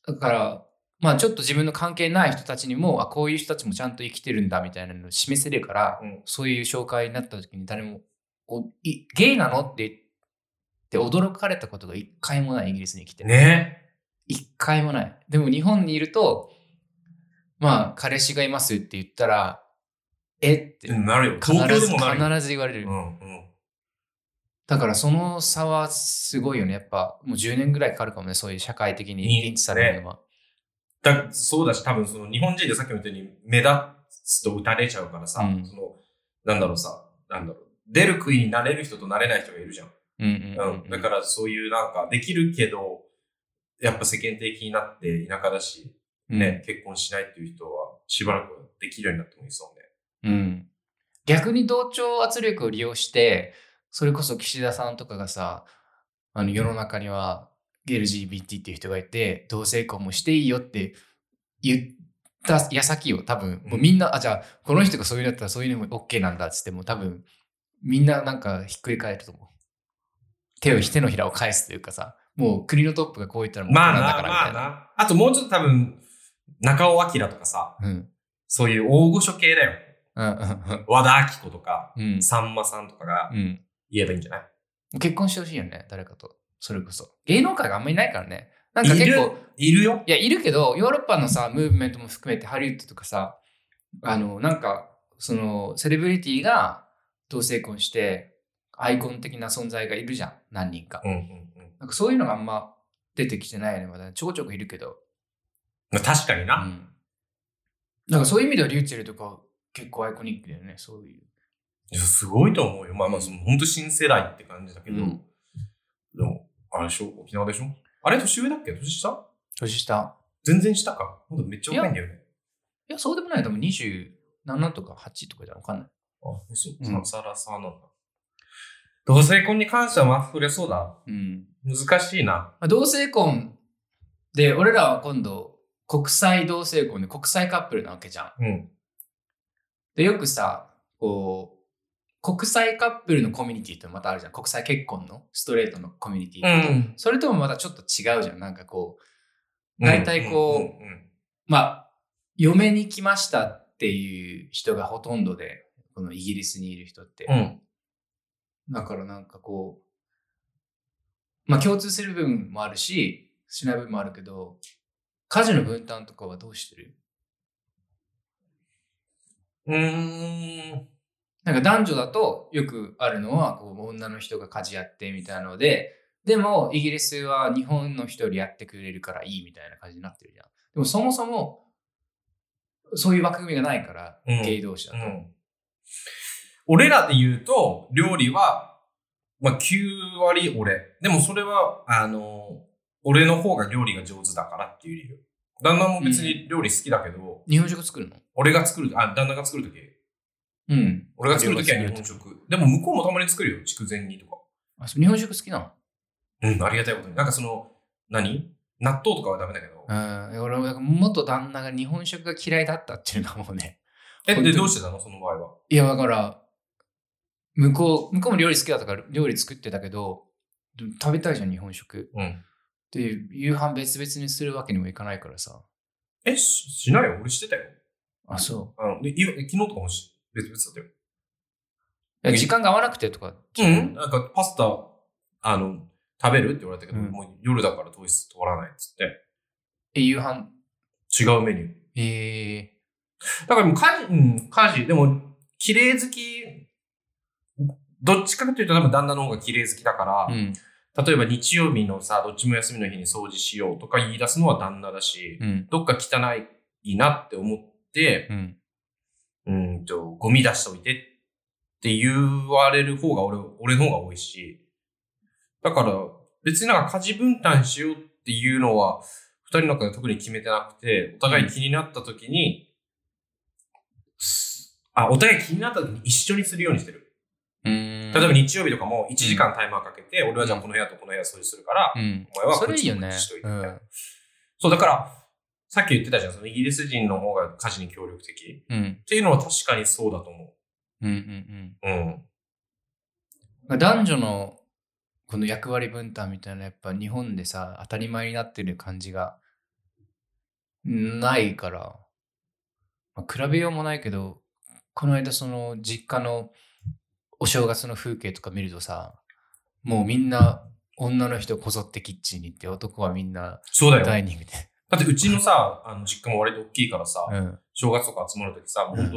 う、だから、まあちょっと自分の関係ない人たちにも、あ、こういう人たちもちゃんと生きてるんだみたいなのを示せるから、
うん
そういう紹介になった時に誰も、おいゲイなのって言って驚かれたことが一回もない、イギリスに来て。
ね。
一回もない。でも日本にいると、まあ、彼氏がいますって言ったら、えって
うんなるよ。
必
東京
ず、
でもなるよ。
必ず言われる
う。んうん。
だからその差はすごいよね。やっぱ、もう10年ぐらいかかるかもね。そういう社会的に認知されるのは。
だそうだし、多分その日本人でさっきも言ったように目立つと打たれちゃうからさ、
うん
その、なんだろうさ、なんだろう。出る杭になれる人となれない人がいるじゃん。
うんうんうん
うん。だからそういうなんか、できるけど、やっぱ世間的になって田舎だし、
うん
ね、結婚しないっていう人はしばらくできるようになってもいいそうね。
うん。逆に同調圧力を利用して、それこそ岸田さんとかがさ、あの世の中には LGBT っていう人がいて、同性婚もしていいよって言った矢先を多分、もうみんな、あ、じゃあこの人がそういうのだったらそういうのも OK なんだっつっても多分、みんななんかひっくり返ると思う。手を、手のひらを返すというかさ、もう国のトップがこう言ったらもうこ
まあ
れなんだ
な、
からみ
ま
た
あ
いな。
な。あともうちょっと多分、中尾明とかさ、
うん。
そういう大御所系だよ。
うん
和田明子とか、
うんうん。
さんまさんとかが
うん。
言えばいいんじゃない
結婚してほしいよね、誰かと。それこそ。芸能界があんまりないからね。なんか
い
結
る
構、
いるよ。
いや、いるけど、ヨーロッパのさ、ムーブメントも含めて、ハリウッドとかさ、あの、なんか、その、セレブリティが同性婚して、アイコン的な存在がいるじゃん、何人か。
うんうんうん
なんかそういうのがあんま出てきてないね、まだちょこちょこいるけど。
まあ確かに
う
な。
んなんかそういう意味ではリューチェルとか結構アイコニックだよね、そういう。
いやすごいと思うよ。まあまあ、その本当新世代って感じだけど。
うん
でも、あれでしょ沖縄でしょあれ年上だっけ年下
年下。
全然下か。まだめっちゃ若いんだよね。
いや、そうでもないと思う。27とか8とかじゃんわかんない。
あ、そう
うん
さらさなんだ。同性婚に関してはまあ、そりゃそうだ。
うん。
難しいな。
まあ同性婚で、俺らは今度、国際同性婚で国際カップルなわけじゃん。
うん。
で、よくさ、こう、国際カップルのコミュニティってまたあるじゃん。国際結婚のストレートのコミュニティ。
ん。
それともまたちょっと違うじゃん。なんかこう、大体こう
うんうん
まあ、嫁に来ましたっていう人がほとんどで、このイギリスにいる人って。
うん。うん
だからなんかこう、まあ共通する部分もあるし、しない部分もあるけど、家事の分担とかはどうしてる
うーん。
なんか男女だとよくあるのは、こう女の人が家事やってみたいなので、でもイギリスは日本の人よりやってくれるからいいみたいな感じになってるじゃん。でもそもそも、そういう枠組みがないから、
うん
ゲイ同士だ
う
と。
ん。俺らで言うと、料理は、まあ、9割俺。でもそれは、あの、俺の方が料理が上手だからっていう理由。旦那も別に料理好きだけど、
日本食作るの
俺が作る、あ、旦那が作るとき、
うん。
俺が作るときは日本食。でも向こうもたまに作るよ、筑前煮とか。
あそう日本食好きなの
うん、ありがたいことに。なんかその、何納豆とかはダメだけど。
うん、俺は元旦那が日本食が嫌いだったっていうのはもうね。
え、
本当
で、
に
どうしてたのその場合は。
いや、だから、向こう、向こうも料理好きだったから料理作ってたけど、でも食べたいじゃん、日本食。
うん。
で、夕飯別々にするわけにもいかないからさ。
え、ししないよ。俺してたよ。
あ、そ
うん。で、い昨日とかもし、別々だったよ。
う。いや時間が合わなくてとか。
うん、なんかパスタ、あの、食べるって言われたけど、
うん
もう夜だから糖質取らないっつって、
え、夕飯。
違うメニュー。
ええ
だからもう家事、うん、家事、でも、綺麗好き、どっちかというと多分旦那の方が綺麗好きだから、
うん。
例えば日曜日のさ、どっちも休みの日に掃除しようとか言い出すのは旦那だし、
うん。
どっか汚いなって思って、
うん。
うんと、ゴミ出しといてって言われる方が俺、俺の方が多いし、だから別になんか家事分担しようっていうのは、二人の中で特に決めてなくて、お互い気になった時に、すあ、お互い気になった時に一緒にするようにしてる。
うーん。
例えば日曜日とかも1時間タイマーかけて、俺はじゃあこの部屋とこの部屋掃除するから、
うん。
お前は
そ
こっ
れいい
ち
よ
こっ
ね
ちしとい。て
う
みたいな。
ん。
そう、だから、さっき言ってたじゃん、そのイギリス人の方が家事に協力的。
うん。
っていうのは確かにそうだと思
うん。うん。うん。
う。うん。
男女のこの役割分担みたいなやっぱ日本でさ当たり前になってる感じがないから、まあ、比べようもないけどこの間その実家のお正月の風景とか見るとさもうみんな女の人こぞってキッチンに行って男はみんな
そうだよ。
ダイニングで、
だってうちのさ、あの、実家も割と大きいからさ、
うん
正月とか集まるときさ、本当20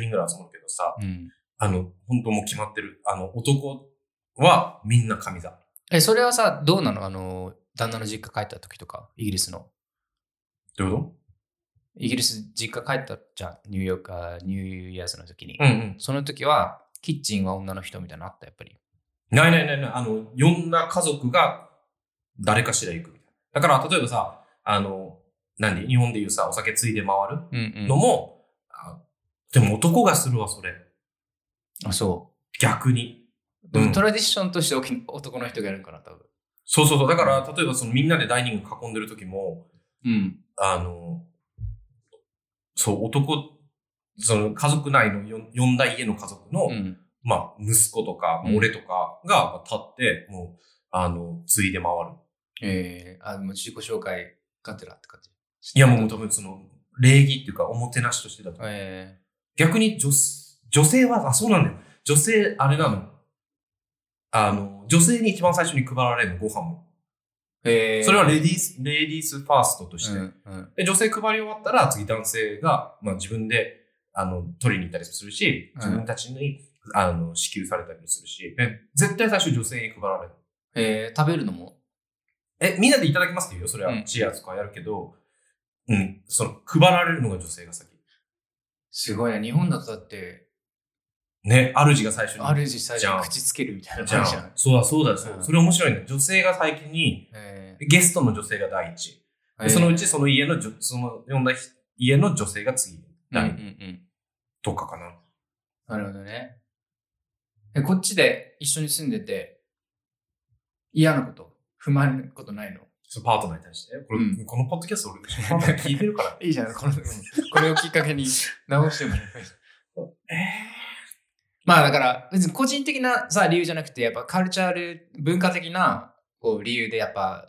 人ぐらい集まるけどさ、
うん、
あの、本当もう決まってる。あの、男はみんな神座。
えそれはさどうなのあの旦那の実家帰った時とかイギリスの
どういうこ
イギリス実家帰ったじゃんニューヨークあニューイヤーズの時に、
とうんうん。
その時は、キッチンは女の人みたいなのあった、やっぱり。
ないないないない。あの、呼んだ家族が誰かしら行くみたいな。だから、例えばさ、あの、何日本でいうさ、お酒ついで回る
うん
のも、あでも男がするわ、それ。
あ、そ
逆に。
う。でも、
うん
トラディションとして沖男の人がやるんかな、多分。
そうそうそう。だから、例えばそのみんなでダイニング囲んでる時も、
うん。
あの、そう、男、その家族内のよ呼んだ家の家族の、
うん。
まあ、息子とか、
うん
俺とかがまあ立って、もう、あの、ついで回る。
えー、あ、もう自己紹介がてらって感じ。
いや、もう多分その、礼儀っていうか、おもてなしとしてだと思う。
え
逆に女す、女性は、あ、そうなんだよ。女性、あれなの。あの、女性に一番最初に配られるの、ご飯も。
ー、えー、
それはレディース、レディースファーストとして。
うん、うん。
で、女性配り終わったら、次男性が、まあ自分で、あの、取りに行ったりするし、
うん
自分たちにあの、支給されたりもするし
え、
絶対最初女性に配られる。
えー、食べるのも
え、みんなでいただきますって言うよ、それは。
うん
チアとかやるけど、うん、その、配られるのが女性が先。
すごいな。日本だとだって、
ね、主が最初に。
ある時最
じゃん
初口つけるみたいな
じゃ
感じじゃん
ん。。そうだ、そうだ、そう
う
だ。
ん
それ面白いね。女性が最近に、
え
ゲストの女性が第一。
ー
でそのうちその家のじょ、その呼んだ人家の女性が次、
うんうんう
第
ん。
とかかな。
なるほどね。え、こっちで一緒に住んでて、嫌なこと、不満なことないの
そのパートナーに対して。これ、
うん
このポッドキャス *laughs* ト俺、パートナー聞いてるから。 *laughs*
いいじ *laughs* ゃん、この、これをきっかけに直してもらえばいい。
え
*laughs* まあだから、別に個人的なさ、理由じゃなくて、やっぱカルチャール、文化的な、こう、理由でやっぱ、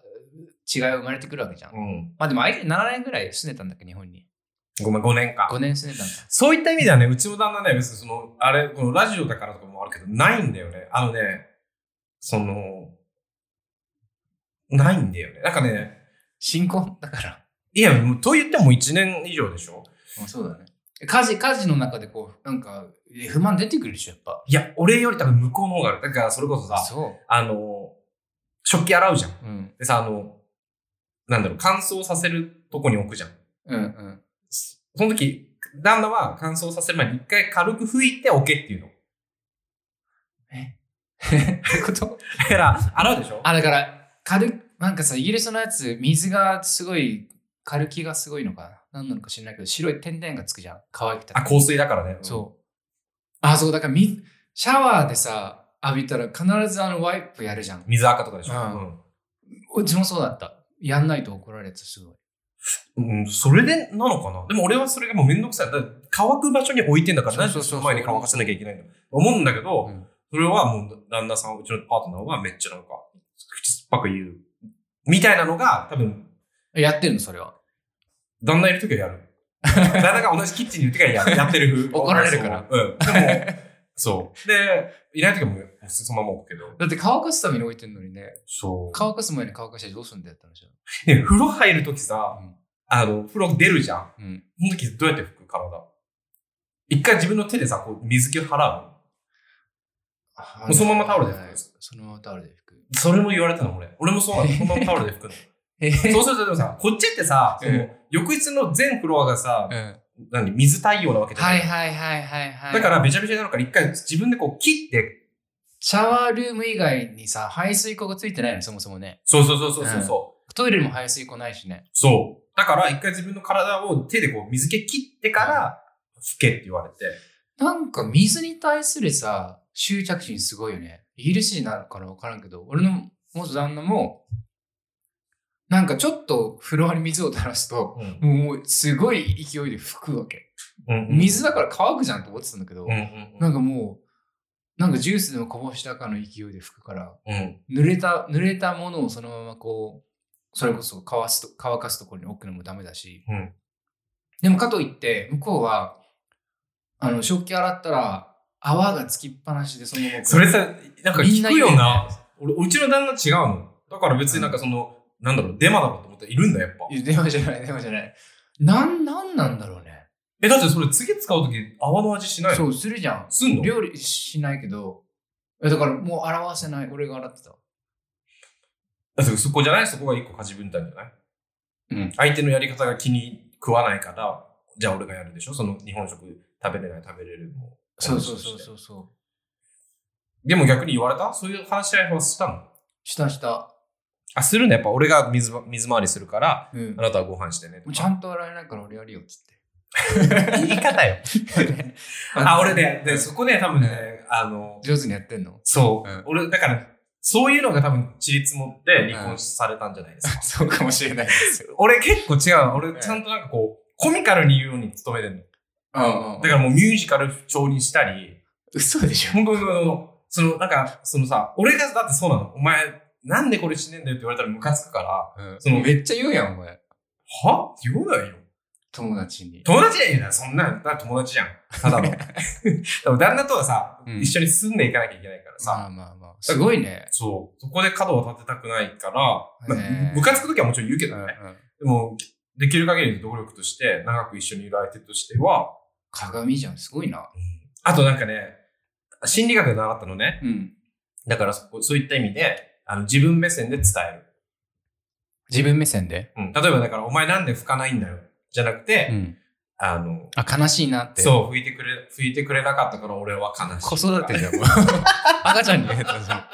違いが生まれてくるわけじゃん。
ーうん。
まあでも相手に7年ぐらい住んでたんだっけ、日本に。
ごめん、5年か。
5年住んでたんだ。
そういった意味ではね、うちの旦那ね、別にその、あれ、このラジオだからとかもあるけど、ないんだよね。あのね、その、ないんだよね。なんかね、
新婚だから。
いや、もうと言っても1年以上でしょ
まあそうだね。家事、家事の中でこう、なんか、え不満出てくるでしょ、やっぱ。
いや、俺より多分向こうの方がある。だから、それこそさ、
そ
あの、食器洗うじゃん。
う。うん。
でさ、あの、なんだろう、乾燥させるとこに置くじゃん。
うんうん。 *laughs*
そその時、旦那は乾燥させる前に一回軽く拭いておけっていうの。
ってこと
だから、洗うでしょ
あ、だから、軽く、なんかさ、イギリスのやつ、水がすごい、軽気がすごいのかな。なんなのか知らないけど、白い点々がつくじゃん。乾いてたら
あ、香水だからね。
そう。あ、そう、だからみ、シャワーでさ、浴びたら必ずあのワイプやるじゃん。
水垢とかでしょ、
うんうちもそうだった。やんないと怒られてすごい。
うん、うん。それでなのかなでも俺はそれがもうめんどくさい。だって乾く場所に置いてんだから、
そう
何
そ
で
う
そ
そう
の前に乾かさなきゃいけないの思うんだけど、
うん
それはもう旦那さん、うちのパートナーはめっちゃなんか、口酸っぱく言う。みたいなのが、多分、
やってるの、それは。
旦那いるときはやる。旦那が同じキッチンにいるときはややってる *laughs* 風。
怒られるから
そう。う
*laughs*
ん。でも、そう。で、いないときはもう、そのまま置くけど。
だって乾かすために置いてるのにね、
そう。
乾かす前に乾かしてどうすんだよって話だよ。
ね、風呂入るときさ、
うん
あの、風呂出るじゃん。
うん。
そのときどうやって拭く体。一回自分の手でさ、こう、水気を払う。もうそのままタオルで拭く
はいそのままタオルで拭く。
それも言われたの、俺。俺もそう
*laughs*
なの。そのままタオルで拭くの。
えー
そうすると、でもさ、こっちってさ、その、浴室の全フロアがさ
う、ん。
何、水対応なわけじゃな。
はいいはいはいはいはい。
だから、、べちゃべちゃになるから、一回自分でこう、切って、
シャワールーム以外にさ、排水口がついてないの、そもそもね。
そうそうそうそうそうそう。
トイレにも排水口ないしね。
そう。だから、一回自分の体を手でこう水気切ってから、拭けって言われて。
なんか水に対するさ、執着心すごいよね。イギリス人なのかなわからんけど、俺の元旦那も、なんかちょっとフロアに水を垂らすと、
うん。
もうすごい勢いで拭くわけ。
うん
水だから乾くじゃんと思ってたんだけど、
うんうんう。
なんんかもう、なんかジュースでもこぼしたかの勢いで拭くから、
うん。
濡れた、濡れたものをそのままこう、それこそ乾すと、乾かすところに置くのもダメだし、
うん
でもかといって、向こうは、あの、食器洗ったら、泡がつきっぱなしでそのまま置く。
それさ、なんか
みん
聞
な言
く
う
よ
よね
な。俺、うちの旦那違うの。だから別になんかその、なんだろう、デマだろうと思っているんだ、やっぱ
い。や電話じゃない、電話じゃない。なん、なんなんだろうね。
え、だってそれ次使うとき、泡の味しない
そ
の
う、するじゃん。
すんの
料理しないけど、えだからもう洗わせない。俺が洗ってた。
だってそこじゃないそこが一個家事分担じゃない
うん。
相手のやり方が気に食わないから、じゃあ俺がやるでしょその日本食食べれない、食べれるも。
そうそうそうそうそう。
でも逆に言われたそういう話し合いはしたの
したした。
あ、するね。やっぱ俺が水ば水回りするから、
うん
あ。なたはご飯してねとか。
ちゃんと洗えないから俺やるよっつって。
言い方よ。 *laughs*
*laughs*
あ、俺ね、で、そこね、多分ね、あの、
上手にやってんの
そう、
うん
俺、だから、そういうのが多分、ちりつもって離婚されたんじゃないです
*laughs*
か。
そうかもしれないですよ。
*laughs* 俺結構違うの。
うん
俺、ちゃんとなんかこう、コミカルに言うように努めてるの。
うんうん
だからもうミュージカル調にしたり、
嘘でしょ。
本当にその、その、なんか、そのさ、俺がだってそうなの。お前、なんでこれしねえんだよって言われたらムカつくから、
そ
そ
の
の
めっちゃ言うやん、お前。
はって言わないよ。
友達に。
友達やねんな、そんなん、だから友達じゃん。
*laughs*
ただの。でも旦那とはさ、
うん
一緒に住んでいかなきゃいけないからさ、
まあまあまあ。すごいね。
そう、そこで角を立てたくないから、
ね
ま
え
ムカつくときはもちろん言うけ
う
ど
んう
ね。
ん
でも、できる限りの努力として、長く一緒にいる相手としては、
鏡じゃん、すごいな。
あとなんかね、心理学で習ったのね。
うん。
だからそ、そういった意味で、あの、自分目線で伝える。
自分目線で。
うん。例えば、だから、お前なんで吹かないんだよ。じゃなくて、
うん。
あの、
あ、悲しいなって。
そう、吹いてくれ、吹いてくれなかったから俺は悲しい。
子育てじゃ *laughs* ん。もう赤ちゃんに言えたじゃ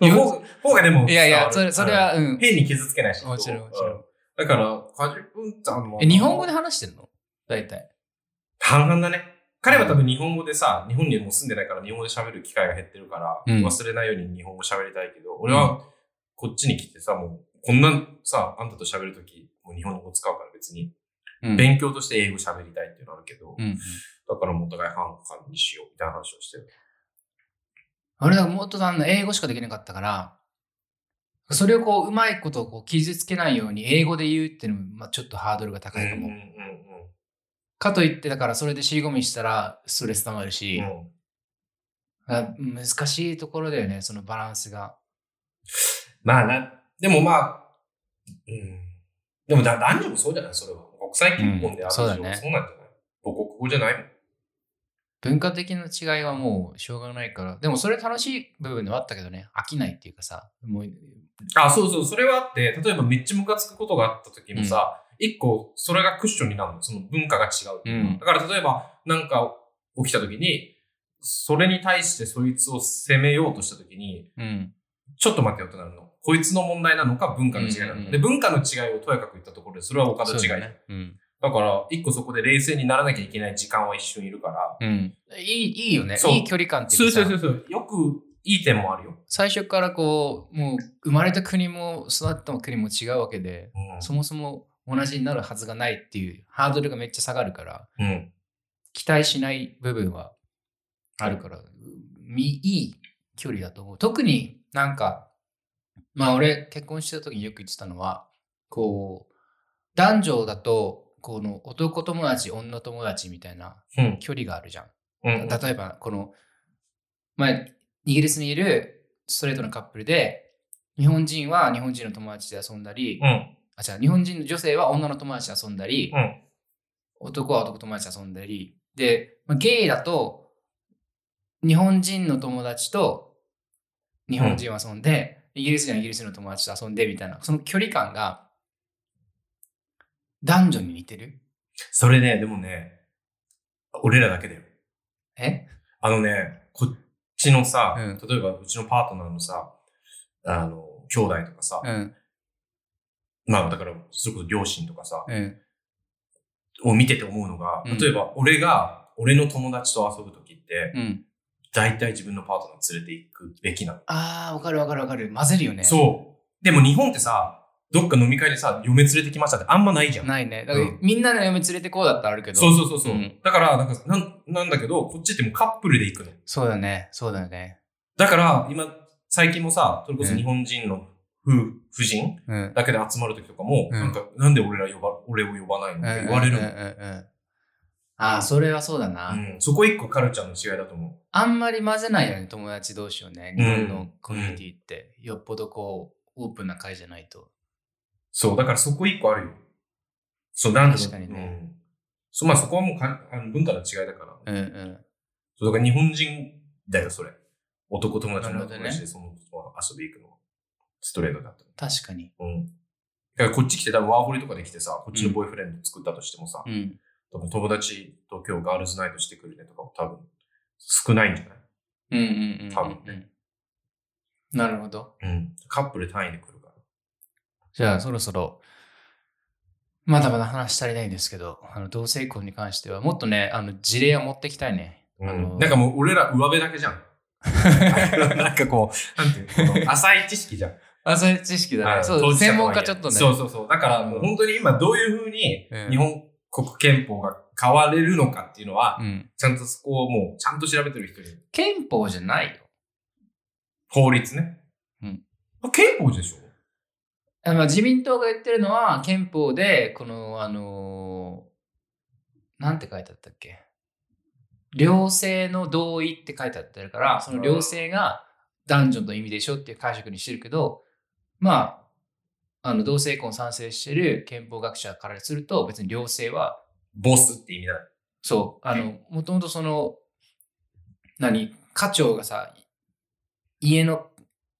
いやほうほうがでも
ん。いやい
伝わ
や、
る
それ、それは、う
うん
ん。
変に傷つけないし。
もちろんもちろん
うだから、カジュンちゃんは。
え、日本語で話してんの大体。
半々だね。彼は多分日本語でさ、日本にもう住んでないから日本語で喋る機会が減ってるから、
うん
忘れないように日本語喋りたいけど、俺はこっちに来てさ、もうこんなさ、あんたと喋るとき、もう日本語使うから別に、
うん。
勉強として英語喋りたいっていうのあるけど、
うん。
だからもうお互い半々にしようみたいな話をしてる。
俺はもっとあの英語しかできなかったから、それをこう、うまいことをこう傷つけないように英語で言うっていうのも、まあ、ちょっとハードルが高いかも。
うんうん
かといって、だからそれで尻込みしたらストレス溜まるし、
うんうん。
あ難しいところだよね、そのバランスが。
まあな、でもまあ、うん。でもだ男女もそうじゃないそれは。国際結婚である以
う
上、
ん
そ
そうう
な
だ
ん
ね
じゃない母国語じゃないもん。
文化的な違いはもうしょうがないから、でもそれ楽しい部分ではあったけどね、飽きないっていうかさ、もう、
あ、そうそう、それはあって、例えばめっちゃムカつくことがあった時もさ、一、個、それがクッションになるの。その文化が違うっていうのは
うん
だから例えば、なんか起きた時に、それに対してそいつを責めようとした時に、
うん、
ちょっと待ってよってなるの。こいつの問題なのか、文化の違いなのか。
うんうんうん
で、文化の違いをとやかく言ったところで、それは岡
そ
田
う
違い。
だ
だ
ね。うん。
から、一個そこで冷静にならなきゃいけない時間は一瞬いるから。
うん。いい、いいよね。
そう
いい距離感っていう
そ
かさ
うそうそうそう。よく、いい点もあるよ。
最初からこう、もう生まれた国も育った国も違うわけで、
うん
そもそも同じになるはずがないっていうハードルがめっちゃ下がるから、
うん。
期待しない部分はあるから、みいい距離だと思う。特になんか、まあ俺結婚してた時によく言ってたのは、こう、男女だと、この男友達、女友達みたいな
うん。
距離があるじゃん。
うん。
例えばこの、まあ、イギリスにいるストレートのカップルで日本人は日本人の友達で遊んだり、
うん。
あ違う日本人の女性は女の友達で遊んだり、
うん
男は男友達で遊んだりで、まあ、ゲイだと日本人の友達と日本人は遊んで、イギリス人はイギリスの友達と遊んでみたいなその距離感が男女に似てる
それね、でもね、俺らだけだよ。
え
あのね、こっちのさ、
うん
例えばうちのパートナーのさ、あの、兄弟とかさ、
うん
まあだから、それこそ両親とかさ、
うん
を見てて思うのが、
うん
例えば俺が、俺の友達と遊ぶときって、
うん
大体自分のパートナー連れて行くべきなの。
ああわかるわかるわかる混ぜるよね
そう。でも日本ってさ、どっか飲み会でさ、嫁連れてきましたってあんまないじゃん。
ないね。だから、
うん
みんなの嫁連れてこうだったらあるけど。
そうそうそうそう。
うん
だから、なんか、なん、なんだけど、こっちってもうカップルで行くの。
そうだね。そうだよね。
だから、今、最近もさ、それこそ
うん
日本人の夫、婦人
うん。
だけで集まる時とかも、
うん
なんか、なんで俺ら呼ば、俺を呼ばないのって言われる
うんうん
の。
うんうん。ああ、それはそうだな。
うん、そこ一個カルチャーの違いだと思
あんまり混ぜないよね、友達同士をね。
う
日
ん
本のコミュニティって、よっぽどこう、オープンな会じゃないと。
う。そう、だからそこ一個あるよ。そう、なん
確かにね
うん、そう、まあそこはもうかあの文化の違いだか
う
ら。
んうん。
そう、だから日本人だよ、それ。男友達
な
の
るほどね
友達でその遊び行くのは。ストレートだった。
確かに。
うん。だからこっち来て、多分ワーホリとかで来てさ、こっちのボーイフレンド作ったとしてもさ、
うん。
多分友達と今日ガールズナイトしてくるねとかも多分少ないんじゃない
うんうんうん。
多分ね
うん。なるほど。
うん。カップル単位で来るから。
じゃあ、そろそろ、まだまだ話足りないんですけど、あの同性婚に関しては、もっとね、あの事例を持ってきたいね。あの
なんかもう俺ら上辺だけじ
*laughs*
ゃん。 *laughs* なんかこう、なんていうのこの浅い知識じゃん。
あ、そういう知識だ
は
ね。
い
そう、専門家ちょっとね。
そうそうそう。だからもう本当に今どういうふうに
うん
日本国憲法が変われるのかっていうのは、
うん。
ちゃんとそこをもうちゃんと調べてる人に。
憲法じゃないよ。
法律ね。
うん。
憲法でしょ
あまあ自民党が言ってるのは、憲法で、この、あのーなんて書いてあったっけ両性の同意って書いてあってるから、その両性が男女の意味でしょっていう解釈にしてるけど、まあ、あの同性婚賛成してる憲法学者からすると、別に両性は
ボスって意味だ。
そう、あの、もともとその、何、課長がさ、家の、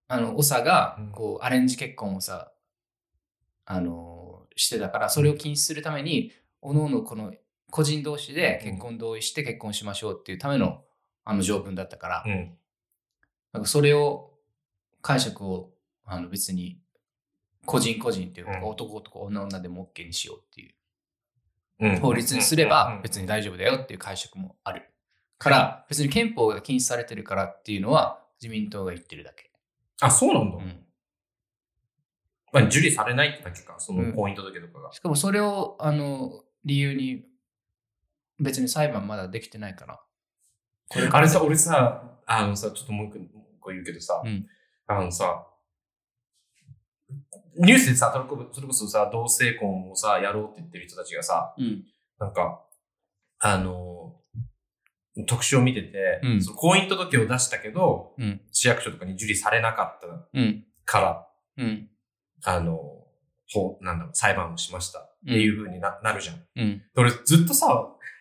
あの、長が
うん、
こう、アレンジ結婚をさ、あのーしてたから、それを禁止するために、おのおのこの、個人同士で結婚同意して結婚しましょうっていうための、あの、条文だったから、
うん。
なんかそれを、解釈を、あの、別に、個人個人っていうか、
うん
男男、女女でも OK にしようっていう。
うん。
法律にすれば別に大丈夫だよっていう解釈もあるから別に憲法が禁止されてるからっていうのは自民党が言ってるだけ、
あ、そうなんだ。
うん
まあ、受理されないってだけか、そ
うん
の婚姻届とかが。
しかもそれをあの理由に別に裁判まだできてないから
あれさ、俺さ、あのさ、ちょっともう一個もう一個言うけどさ、
うん
あのさ、ニュースでさ、それこそれこそさ、同性婚をさ、やろうって言ってる人たちがさ、
うん
なんか、あの、特集を見てて、
うん
その婚姻届を出したけど、
うん
市役所とかに受理されなかった
うん
から、
うん
あの、ほなんだろう、裁判をしましたっていう風にな,、なるじゃん。
うん
で俺ずっとさ、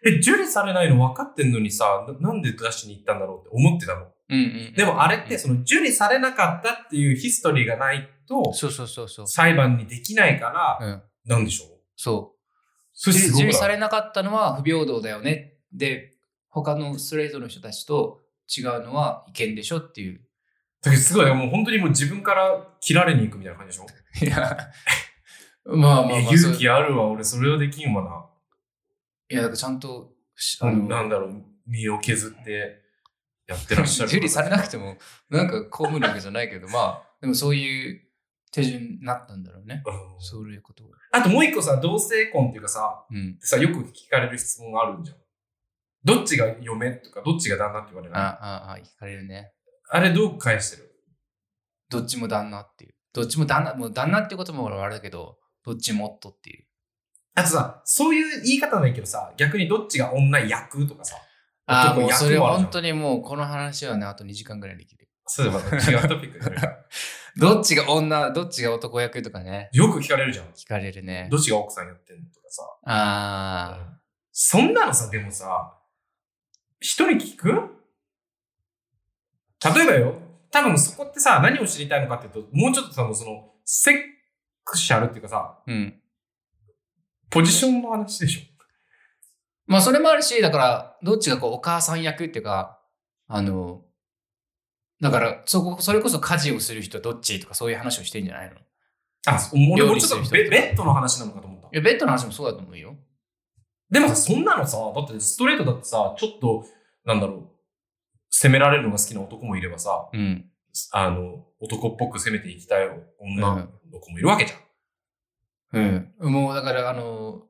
え、受理されないの分かってんのにさ、ななんで出しに行ったんだろうって思ってたの。
うんうん
でもあれってその受理されなかったっていうヒストリーがないと
そうそうそうそう、
裁判にできないか
う
ら、
ん、
なんでしょう
そう
それすご
受
い
理さ
な。
れなかったのは不平等だよねで他のストレートの人たちと違うのは違憲でしょっていう
だけどすごい、もう本当にもう自分から切られに行くみたいな感じでしょ、
いや、まあまあまあ
いや、
そう
勇気あるわ、俺それはできんわ
いや、だからちゃんと、し
な。
あ
な
の、
んだろう、身を削ってやってらっしゃる。
*laughs* 受理されなくても、なんか被るわけじゃないけど、まあ、でもそういう手順になったんだろうね。
うん
そういうことが。
あともう一個さ、同性婚っていうかさ、
うん。
さ、よく聞かれる質問があるんじゃん。どっちが嫁とか、どっちが旦那って言わ
あ
れない。
あ、あ、聞かれるね。
あれどう返してる
どっちも旦那っていう。どっちも旦那、もう旦那ってことも俺はあれだけど、どっちもっとっていう。
あとさ、そういう言い方ないけどさ、逆にどっちが女役とかさ、
ああ、
男
もうそれ
役もあるじゃん
本当にもうこの話はね、あと2時間ぐらいできる。
そういえば違うトピックになるから
どっちが女、どっちが男役とかね、
よく聞かれるじゃん。
聞かれるね
ど。っちが奥さんやってんのとかさ。
ああ、
そんなのさ、でもさ、人に聞く例えばよ、多分そこってさ、何を知りたいのかっていうと、もうちょっと多分その、セクシャルっていうかさ、
うん。
ポジションの話でしょ。
まあそれもあるし、だから、どっちがこうお母さん役っていうか、あの、だから、そこ、それこそ家事をする人どっちとかそういう話をしてんじゃないのい
あ、そう俺
料
も
理
ち
す
ょ
る
っと
人
ベベッドの話なのかと思った。
や、ベッドの話もそうだと思うよ。
でもさ、そんなのさ、だってストレートだってさ、ちょっと、なんだろう、責められるのが好きな男もいればさ、
うん。
あの、男っぽく攻めていきたい女
う
の子もいるわけじゃん。
うん。もうだから、あの、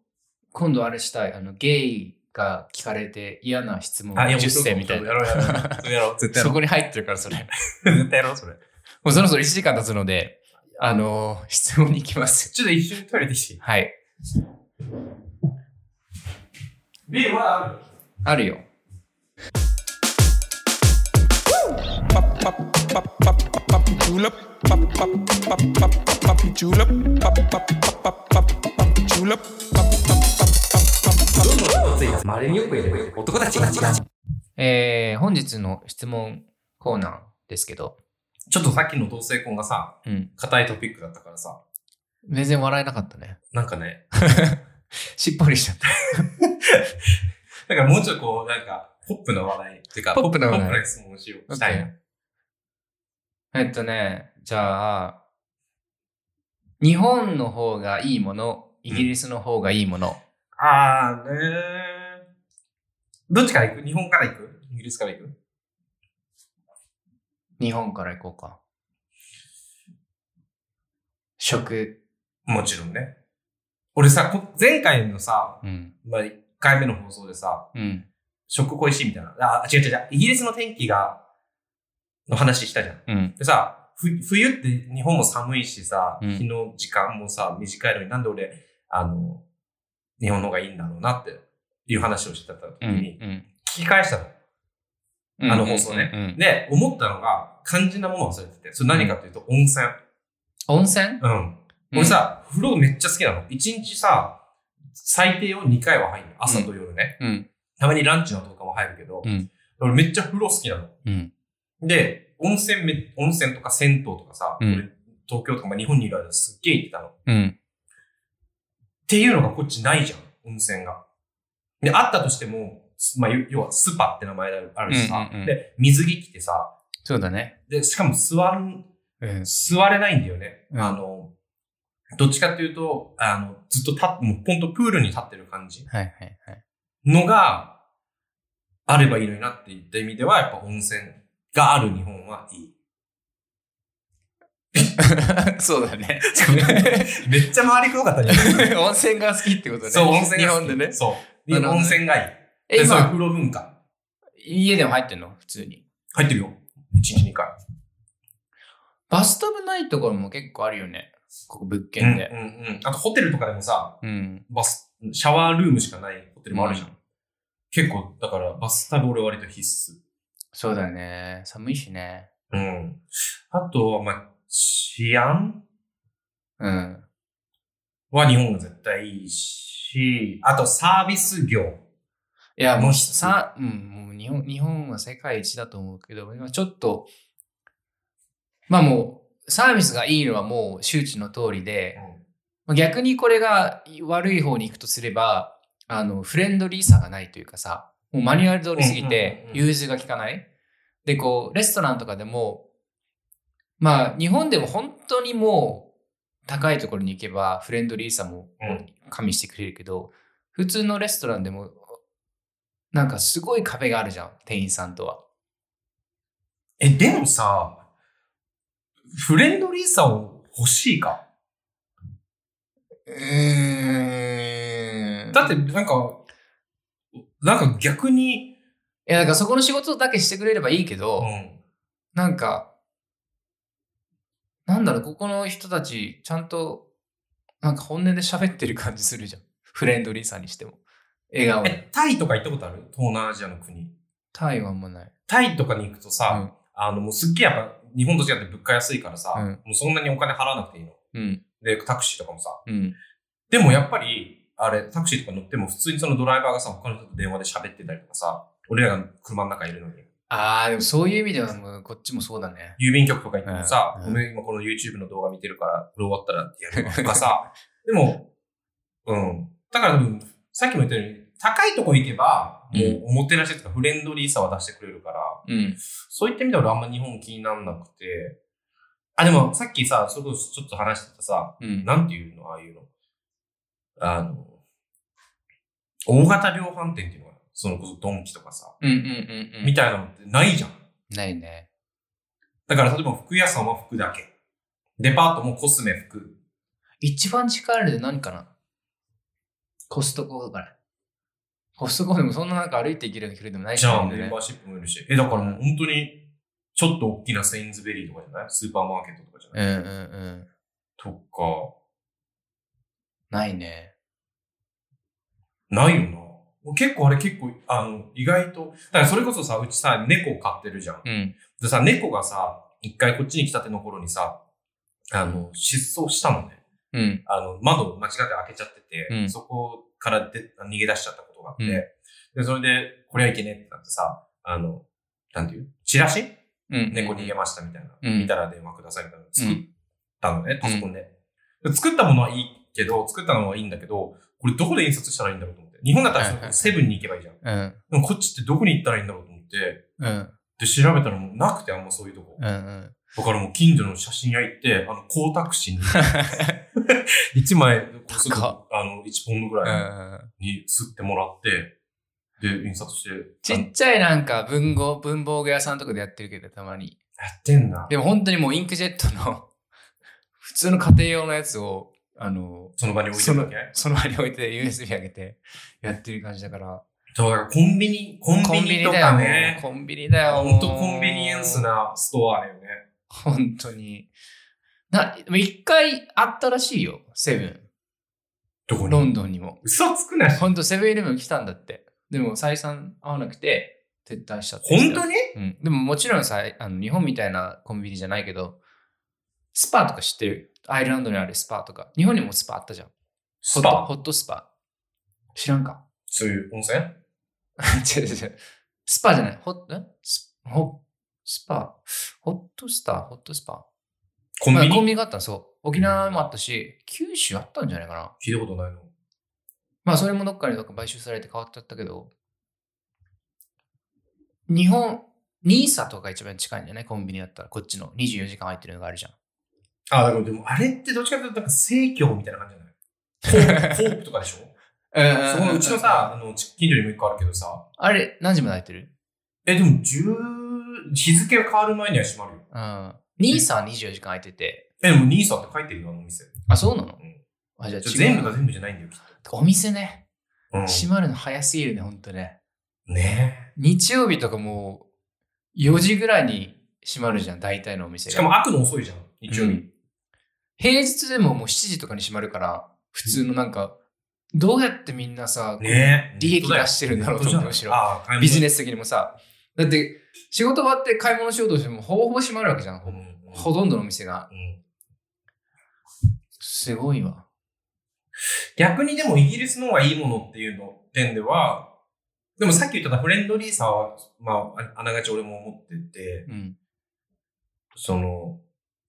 今度あれしたい、あの、ゲイが聞かれて嫌な質問
あ、いや、
10選みたい
や
な。
ろうやろ
*laughs*
う。それやろう、絶対
そ
やろう。
こに入ってるから、それ。
絶対やろう、それ。
もうそろそろ1時間経つので、あの、質問に行きます。
ちょっと一瞬トイレできていい
はい。
ビールまだある
あるよ。
julep, pop, pop, pop, pop, pop, julep, pop, pop, pop, pop, pop, pop, julep, pop, pop, pop, pop, pop, pop.
まれによくいる男たちが。ち
えー、本日の質問コーナーですけど、
ょっとさっきの同性婚がさ、
うん。
硬いトピックだったからさ、
全然笑えなかったね。
なんかね、
しっぽりしちゃ *laughs* った。
だからもうちょっとこう、なんか、ポップな話題。てか、
ポップな話題
ポップな質問をしよう。したいな。
えっとね、じゃあ、日本の方がいいもの、イギリスの方がいいもの。
あーねー。どっちから行く日本から行くイギリスから行く
日本から行こうか。食。
もちろんね。俺さ、こ前回のさ、
うん。
まあ、1回目の放送でさ、
うん。食。
食恋しいみたいな。あ、違う違う違う。イギリスの天気が、の話したじゃん。
うん。
でさ、ふ冬って日本も寒いしさ、
うん
日の時間もさ、短いのになんで俺、あの、日本の方がいいんだろうなっていう話をしてた時
う
に、
ん。
聞き返したの。
うん。
あの放送ね。
うん。うん
で、思ったのが、肝心なものを忘れてて、それ何かというと、温泉。
温泉
うん。俺、さ、風呂めっちゃ好きなの。一日さ、最低を2回は入るの。朝と夜ね。
うん。
たまにランチのとかも入るけど、
うん
俺めっちゃ風呂好きなの。
うん。
で、温泉め、温泉とか銭湯とかさ、
うん
俺東京とか、まあ、日本にいる間すっげえ行ってたの。っ
うん。
ていうのがこっちないじゃん、温泉が。で、あったとしても、すまあ、要要はスパって名前であるしさ、
うんうんうん
で、水着着てさ、
そうだね。
で、しかも座ん、
うん。
座れないんだよね。
うん
あの、どっちかっていうと、あの、ずっと立っもうほんとプールに立ってる感じ
はいはいはい。
のが、あればいいのになって言った意味では、やっぱ温泉がある日本はい
*laughs*
い。
*laughs* そうだね。
めっちゃ周りくどかった
*laughs*
ね。
温泉が好きってことね。
そう、温泉
日
が好き
本でね。
そう。
なるほどね
温泉がいい。
え、
でそういう風
今、
呂文化。
家でも入ってんの普通に。
入ってるよ。1日2回。
バスタブないところも結構あるよね。ここ物件で。
うんうんうん。あとホテルとかでもさ、
うん。
バス、シャワールームしかないホテルもあるじゃん。
う
結構、だからバスタブ俺割と必須。
そうだね。寒いしね。
うん。あとは、まあ、治安
うん。
は日本が絶対いいし、あとサービス業。
いや、も
も
う
う一つ
さ、うん、もう日本、日本は世界一だと思うけど、今ちょっと、まあもう、サービスがいいのはもう周知の通りで、まあ逆にこれが悪い方に行くとすれば、あの、フレンドリーさがないというかさ、もうマニュアル通りすぎ
うん
て
う、んうんうん
融通が効かない。で、こう、レストランとかでも、まあ、日本でも本当にもう、高いところに行けば、フレンドリーさも
うん
加味してくれるけど、普通のレストランでも、なんかすごい壁があるじゃん、店員さんとは。
え、でもさ、フレンドリーさを欲しいか
うん
だって、なんか、なんか逆に、
いや、だからそこの仕事だけしてくれればいいけど、
うん。
なんか、なんだろう、ここの人たち、ちゃんと、なんか本音で喋ってる感じするじゃん。フレンドリーさにしても。笑顔 *laughs* で。
え、タイとか行ったことある東南アジアの国。
タイはあんまない。
タイとかに行くと
う
さ
ん、
あの、もうすっげえやっぱ、日本と違って物価安いからさ、
うん
もうそんなにお金払わなくていいの。
うん。
で、タクシーとかもさ。
うん。
でもやっぱり、あれ、タクシーとか乗っても普通にそのドライバーがさ、他の人と電話で喋ってたりとかさ、俺らが車の中にいるのに。
あー、でもそういう意味では、もうこっちもそうだね。
郵便局とか行ってもさ、
うん
ごめん、今この YouTube の動画見てるから、これ終わったらやるわとかさ、 *laughs* でも、うん。だから多分、さっきも言ったように、高いとこ行けば、もう、おもてなしとかフレンドリーさは出してくれるから、
うん。
そういった意味では俺あんま日本気になんなくて、あ、でもさっきさ、それこそちょっと話してたさ、
うん。
なんていうのああいうの。あの、大型量販店っていうのかなそのこそドンキとかさ、
うんうんうんう
み
ん。
たいなのってないじゃん。
ないね。
だから例えば服屋さんは服だけ。デパートもコスメ服。
一番力あるで何かなコストコだから。コストコでもそんななんか歩いていけるような距離でもない
じゃあ、
ね
メンバーシップもいるし。え、だからもう本当に、ちょっと大きなセインズベリーとかじゃないスーパーマーケットとかじゃ
う
ない、
んうんうん。
とか、
ないね。
ないよな。俺結構あれ結構、あの、意外と、だからそれこそさ、うちさ、猫を飼ってるじゃん。
うん。
でさ、猫がさ、一回こっちに来たての頃にさ、あの、失踪したのね。
うん。
あの、窓を間違って開けちゃってて、
うん
そこからで逃げ出しちゃったことがあって、
うん
で、それで、これはいけねえってなってさ、あの、なんていうチラシ
うん。
猫逃げましたみたいな、
うん
見たら電話くださいみたいなの
う
作っ
ん
たのね、パソコンで。で作ったものはいいけど、作ったのはいいんだけど、これどこで印刷したらいいんだろうと思って。日本だったらそれこそセブンに行けばいいじゃん。
うん。
でもこっちってどこに行ったらいいんだろうと思って、
うん。
で、調べたらもうなくてあんまそういうとこ。
うんうん。
だからもう近所の写真屋行って、あの、光
*laughs*
沢紙に、1枚、こうすぐ
高
あの、1ポンドぐ
う
らい
ん
に吸ってもらって、で、印刷して、
ち
あの
っちゃいなんか文豪、文房具屋さんとかでやってるけど、たまに。
やってんな。
でも本当にもうインクジェットの、 *laughs* 普通の家庭用のやつを、あの、
その場に置いて
そ
る
の
わけ
その場に置いて USB 上げてやってる感じだから。
そう、だからコンビニ、コンビニと
だよ
か
ね
ね。。
コンビニだよ。
ほんとコンビニエンス。なストアだよね。
本当に。な、でも一回あったらしいよ、セブ
どこ
ン。ロンドンにも。
嘘つくなし。
本当セブンイレブン来たんだって。でも採算合わなくて、撤退したって言って
本
た。
当に
うん、でももちろんさあの日本みたいなコンビニじゃないけどスパとか知ってるアイルランドにあるスパとか日本にもスパあったじゃんホ
ス
ット
パ
ホットスパ知らん *laughs* か
そういう温泉
違う違う違うスパじゃないホットスホスパ、ホットスター、ホットスパ。
コンビ
まあコン
ニ
ビニがあったんですよ。沖縄もあったし、九州あったんじゃないかな。
聞いたことないの。
まあそれもどっかにどっか買収されて変わっちゃったけど、日本、ニーサとか一番近いんだよね、コンビニだったら。こっちの24時間入ってるのがあるじゃん。
あ、だからでもあれってどっちかというと、なんか生協みたいな感じじゃ
*laughs*
ないコープコープとかでしょそのうちのさ、あの、ち近所にも一個あるけどさ、
あれ、何時まで入ってる
え、でも10、日付が変わる前には閉まるよ。
うん。ニーサは24時間空いてて。
え、でもニーサって書いてるよ、あのお店。
あ、そうなの、
うん
あ、じゃあ
じゃあ全
違
部
う
が全部じゃないんだよ、きっ
お店ね、
と。
閉まるの早すぎるね、ほんとね。
うん。ね
日曜日とかもう4時ぐらいに閉まるじゃん、大体のお店が。
え。しかも開くの遅いじゃん、日曜
う
日。
ん平日でももう7時とかに閉まるから、普通のなんか、どうやってみんなさ、
ねえ。
利益出してるんだろうと思うむしろ
ああ
ビジネ
ス。
ス的にもさ、だって仕事場って買い物しようとしてもほぼほぼ閉まるわけじゃん、
う
ほ
ん
ぼほとんどのお店が。
うん
すごいわ。
逆にでもイギリスの方がいいものっていうの点では、でもさっき言ってたフレンドリーさは、まあ、ああながち俺も思ってて、
うん。
その、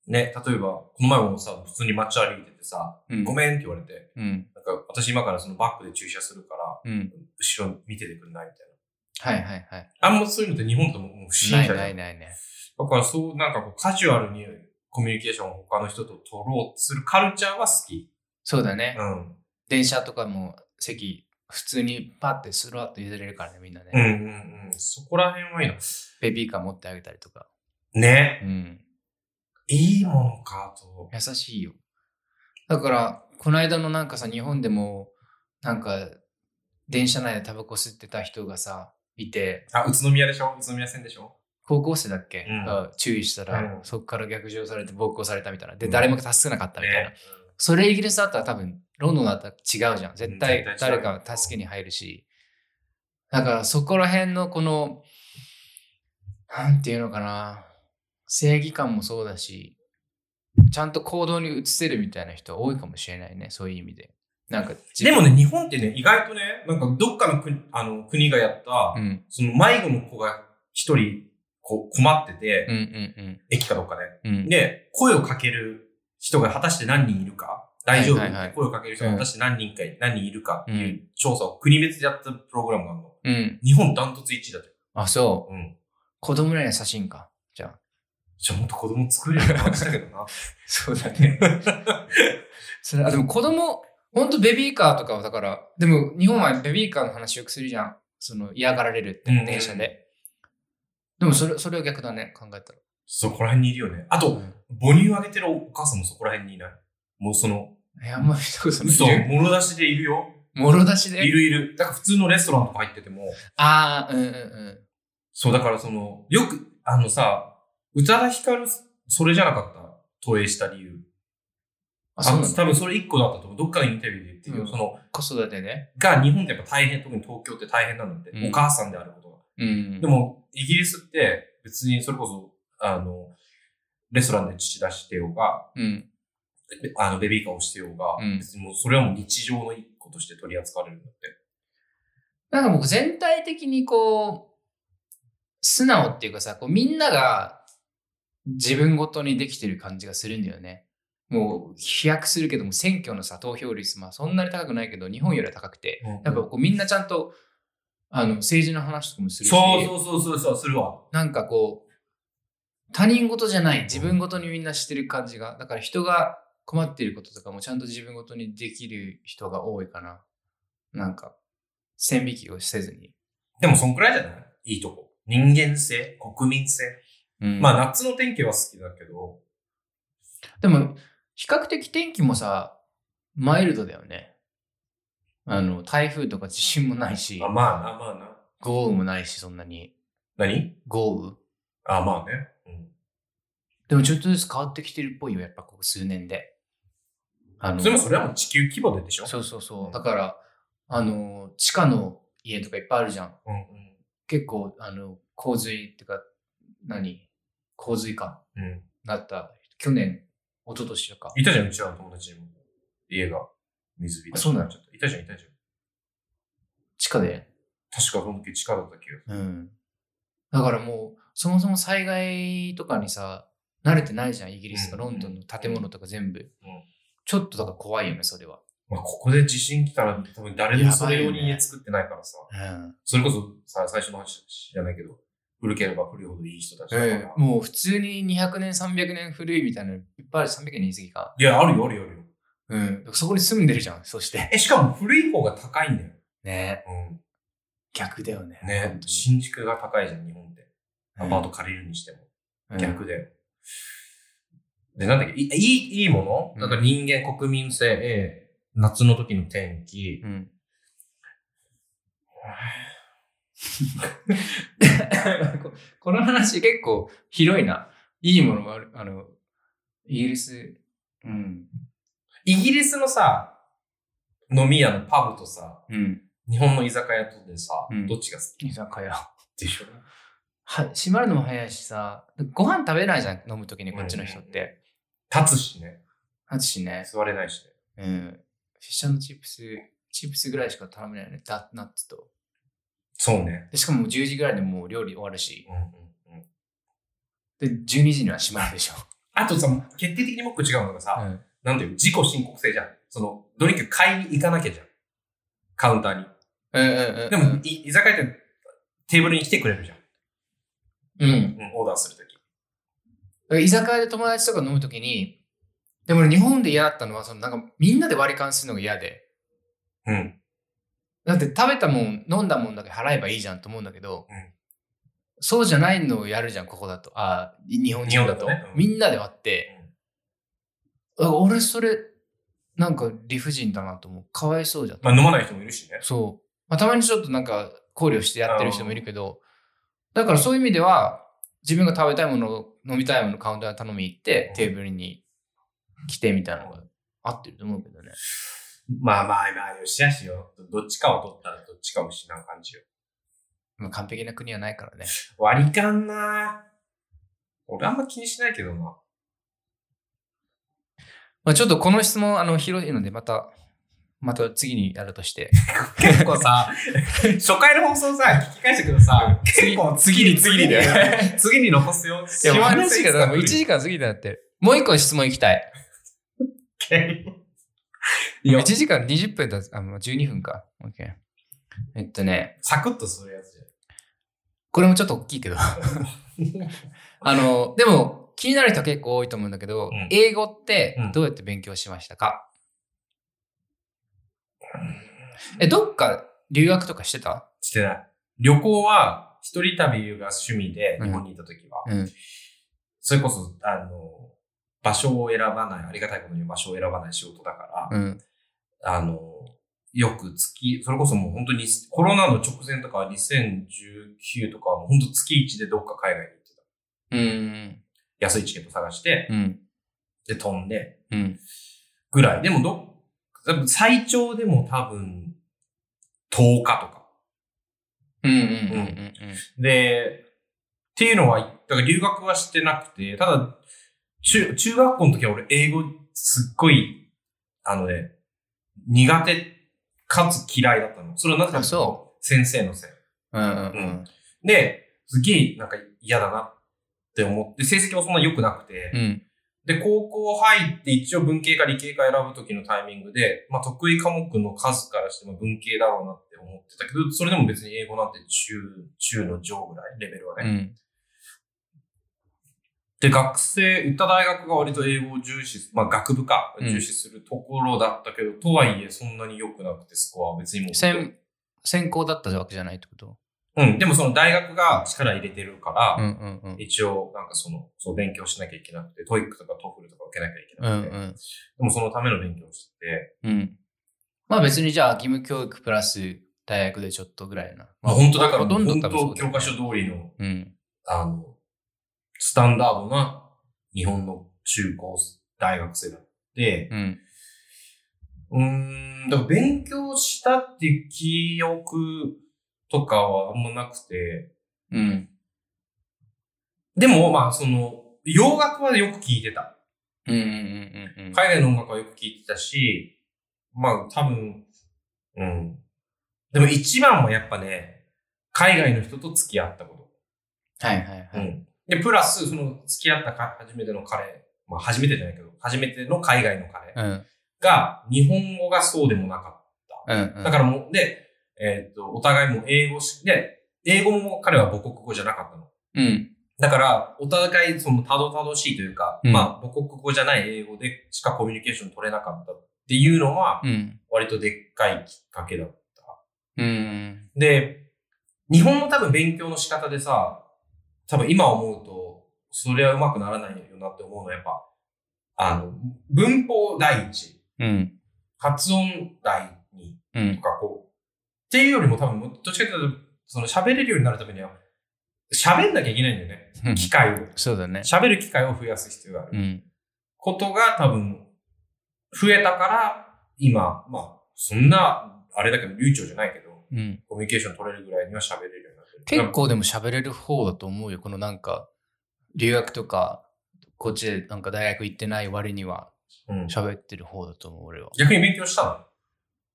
ね、例えば、この前もさ、普通に街歩いててさ、
うん。
ごめんって言われて、
うん。
なんか私今からそのバックで駐車するから、
うん。
後ろ見ててくれないみたい
はいはいはい。
な。あんまそういうのって日本とももう不審
な
者
い
じゃん
ないないね。
だからそう、なんかこうカジュアルにコミュニケーションを他の人と取ろうとするカルチャーは好き。
そうだね。
うん。
電車とかも席、普通にパってスロッと譲れるからね、みんなね。
うんうんうん。そこら辺はいいの。
ベビーカー持ってあげたりとか。
ね。
うん。
いいものかと。
優しいよ。だから、この間のなんかさ、日本でも、なんか、電車内でタバコ吸ってた人がさ、いて、
あ、宇都宮でしょ宇都宮線でしょ
高校生だっけ、
うん
が注意したら、
うん
そこから逆上されて暴行されたみたいな。で、
うん
誰も助けなかったみたいな。
ね。
それイギリスだったら多分、ロンドンだったら違うじゃん。絶対
絶対違
誰
う
か助けに入るし。だからそこら辺のこの、なんていうのかな。正義感もそうだし、ちゃんと行動に移せるみたいな人多いかもしれないね。そういう意味で。なんか自
で
分
も、ね、日本ってね、意外とね、なんかどっかの国あの国がやった、
うん。
その迷子の子が一人こう困ってて、
うんうん
駅かどっかで、
うん。うん、
で、声をかける人が果たして何人いるか、大丈夫っ
はいはいはい
て声をかける人が果たして何人か、何人いるかっていうう調査を国別でやったプログラムがあるの。
うん。
日本ダントツ1位だって。
あ、そう。
うん。
子供らに優しいんか。じゃあ。
じゃあもっと子供作れるって話だけどな。
そうだね。 *laughs* それあでも子供、ほんとベビーカーとかはだから、でも日本はベビーカーの話よくするじゃん。その嫌がられるって、
うん
電車で。でもそれ、それは逆だね、考えたら。
そこら辺にいるよね。あと、母乳あげてるお母さんもそこら辺にいない。もうその、
え、あんま見たことない。
嘘、
いる
物出しでいるよ。
*laughs* もろ出し
い
で。
るいる。だから普通のレストランとか入ってても、
ああ、うんうんうん。
そう、だからその、よく、あのさ、宇多田ヒカル、それじゃなかった投影した理由。
あ、そう
あ
な
の
の
多分それ一個だったと思う。どっかのインタビューで言ってるよ。
うん
その、
子育てね。
が日本ってやっぱ大変、特に東京って大変なんだって。
うん
お母さんであることが。
うん。
で、も、イギリスって別にそれこそ、あの、レストランで父出してようが、
うん。
べあの、ベビーカーをしてようが、
うん
別にもうそれはもう日常の一個として取り扱われるんだって。
なんか僕全体的にこう、素直っていうかさ、こうみんなが自分ごとにできてる感じがするんだよね。もう飛躍するけども選挙のさ、投票率、まあそんなに高くないけど、日本よりは高くて、やっぱこうみんなちゃんと、あの、政治の話とかもするし、
そうそうそうそうそう、するわ。
なんかこう、他人事じゃない、自分ごとにみんなしてる感じが、だから人が困っていることとかもちゃんと自分ごとにできる人が多いかな。なんか、線引きをせずに。
でもそんくらいじゃないいいとこ。人間性、国民性。
うん
まあ夏の天気は好きだけど、
でも、比較的天気もさ、マイルドだよね。あの、台風とか地震もないし
あ、まあな、まあな。
豪雨もないし、そんなに。
何
豪雨
あ、まあね。うん。
でもちょっとずつ変わってきてるっぽいよ、やっぱここ数年で。あの
それもそれはもう地球規模ででしょ
そうそうそう。だから、あの、地下の家とかいっぱいあるじゃん。
うんうん。
結構、あの、洪水ってか、何洪水か。
うん。
なった。去年、一昨年とか。
いたじゃん、うちらの友達にも。家が水浸しになっちゃった。いたじゃん、いたじゃん。
地下で
確かその時地下だった気がする。
うん。だからもう、そもそも災害とかにさ、慣れてないじゃん、イギリスとかロンドンの建物とか全部。ちょっとだから怖いよね、それは。
まあ、ここで地震来たら多分誰もそれ用に
やばいよ
家
ね
作ってないからさ。
うん。
それこそさ、最初の話じゃないけど、古ければ古いほどいい人たちだから。
ええもう普通に200年、300年古いみたいなのいっぱいある、300年言い過ぎか。
いや、あるよ、あるよ、あるよ。
うん。だからそこに住んでるじゃん、そして。
え、しかも古い方が高いんだよ。
ね
う
逆だよね。
ん。ね
本当に
新築が高いじゃん、日本って。アパート借りるにしても。
うん
逆だよ。で、なんだっけ、いいいい、いいも
うん
のだから人間、国民性、ええ夏の時の天気。
うん。 *laughs* ここの話結構広いな。いいものもある。あの、イギリス。うん。
イギリスのさ、飲み屋のパブとさ、
うん。
日本の居酒屋とでさ、
うん
どっちが好き
居酒屋。
でしょ
は閉まるのも早いしさ、ご飯食べないじゃん、飲むときにこっちの人って。
立つしね。
あつしね、
座れないしね。
うん。フィッシュチップス、チップスぐらいしか頼めないよね、ダナッツと。
そうね。
でしかも10時ぐらいでもう料理終わるし
う、んうんうん。
で、12時には閉まるでしょ。
あとさ、決定的にもう一個違うのがさ、
うん
なんだよ、自己申告制じゃん。その、ドリンク買いに行かなきゃじゃん。カウンターに。
うんうんうん。
でも、い居酒屋ってテーブルに来てくれるじゃ
う
ん。
ん。
うん、オーダーするとき。
だから居酒屋で友達とか飲むときに、でも俺日本で嫌だったのは、そのなんかみんなで割り勘するのが嫌で。
うん。
だって食べたもん、飲んだもんだけ払えばいいじゃんと思うんだけど、
うん
そうじゃないのをやるじゃん、ここだと。あーい日本人だと。
日本だとねうん
みんなで割って、だから俺それ、なんか理不尽だなと思う。かわいそうじゃん。
まあ、飲まない人もいるしね。
そう。まあ、たまにちょっとなんか考慮してやってる人もいるけど、だからそういう意味では、自分が食べたいものを飲みたいものをカウンターに頼みに行って
うん、
テーブルに来てみたいなのが合ってると思うけどね。
まあまあまあ、よしあしよ。どっちかを取ったらどっちかを失う感じよ。
まあ、完璧な国はないからね。
割り勘な俺あんま気にしないけどな。
まあ、ちょっとこの質問、あの、広いので、また、また次にやるとして。
結構
*laughs*
さ、初回の放送さ、聞き返したけどさ、 *laughs* 結構
次に次にだよ
ね。次に残すよ。
*laughs* いや、もう
しわ寄
話
せ
が多分1
いつか来る
時間過ぎてなってる。もう一個質問いきたい。
いや
1時間20分だ、あ、もう12分か。OK。えっとね、
サクッとするやつじゃん。
これもちょっと大きいけど。あの、でも、気になる人は結構多いと思うんだけど、
うん
英語って
うん
どうやって勉強しましたか、え、どっか留学とかしてた
してない。旅行は、一人旅が趣味で、
うん
日本にいた時は、
うん
それこそ、あの、場所を選ばない、ありがたいことに場所を選ばない仕事だから、
うん。
あの、よく月、それこそもう本当に、コロナの直前とかは2019とかはもう本当月1でどっか海外に行ってた。
うん。
安いチケット探して、
うん。
で飛んで、
うん。
ぐらい。でもどっ、多分最長でも多分、10日とか。
うん。うん。うん。
で、っていうのは、だから留学はしてなくて、ただ、中、中学校の時は俺英語すっごい、あのね、苦手かつ嫌いだったの。それはなぜかとい
あそ
と先生のせい。
うん。うん。う
うんん。で、すげえなんか嫌だなって思って、成績もそんな良くなくて、
うん。
で、高校入って一応文系か理系か選ぶ時のタイミングで、まあ得意科目の数からしても文系だろうなって思ってたけど、それでも別に英語なんて中、中の上ぐらい、レベルはね。
うん。
で、学生、行った大学が割と英語を重視、まあ学部か、
うん
重視するところだったけど、とはいえそんなに良くなくてスコアは別にもう。
専、専攻だったわけじゃないってこと
うん、でもその大学が力入れてるから、
うん。うん。うん。
一応なんかその、そう勉強しなきゃいけなくて、トイックとかトフルとか受けなきゃいけ
う。
なんくて、
う
で
ん。
もそのための勉強をしてて、
うん。まあ別にじゃあ義務教育プラス大学でちょっとぐらいな。
まあ本当だから、
ほとんど
本
多分そうだ
当
よ
教
ね
科書通りの、
うん。
あの、スタンダードな日本の中高大学生だって、
うん。
うーん、だから勉強したっていう記憶とかはあんまなくて、
うん。
でもまあその、洋楽はよく聴いてた。
うん。うん。うん。うん。
海外の音楽はよく聴いてたし、まあ多分、うん。でも一番はやっぱね、海外の人と付き合ったこと。
はいはいは
う
い。
ん。で、プラス、その、付き合ったか初めての彼、まあ、初めてじゃないけど、初めての海外の彼
うん。うん
が、日本語がそうでもなかっ
うん。
た。だからもう、で、えーっと、お互いもう英語し、で、英語も彼は母国語じゃなかったの。
うん。
だから、お互い、その、たどたどしいというか、
うん
まあ、母国語じゃない英語でしかコミュニケーション取れなかったっていうのは、
うん。
割とでっかいきっかけだった。
うん。
で、日本の多分勉強の仕方でさ、多分今思うと、それはうまくならないよなって思うのはやっぱ、あの、文法第一、
うん。
発音第二
う
と
ん。
かこう、っていうよりも多分、どっちかというと、その喋れるようになるためには、喋んなきゃいけないんだよね。
うん
機会を。
そうだね。
喋る機会を増やす必要がある。
うん。
ことが多分、増えたから、今、まあ、そんな、あれだけど流暢じゃないけど、
うん。
コミュニケーション取れるぐらいには喋れるようになってる。
結構でも喋れる方だと思うよ。このなんか、留学とか、こっちでなんか大学行ってない割には
うん、
喋ってる方だと思う、俺は。
逆に勉強したの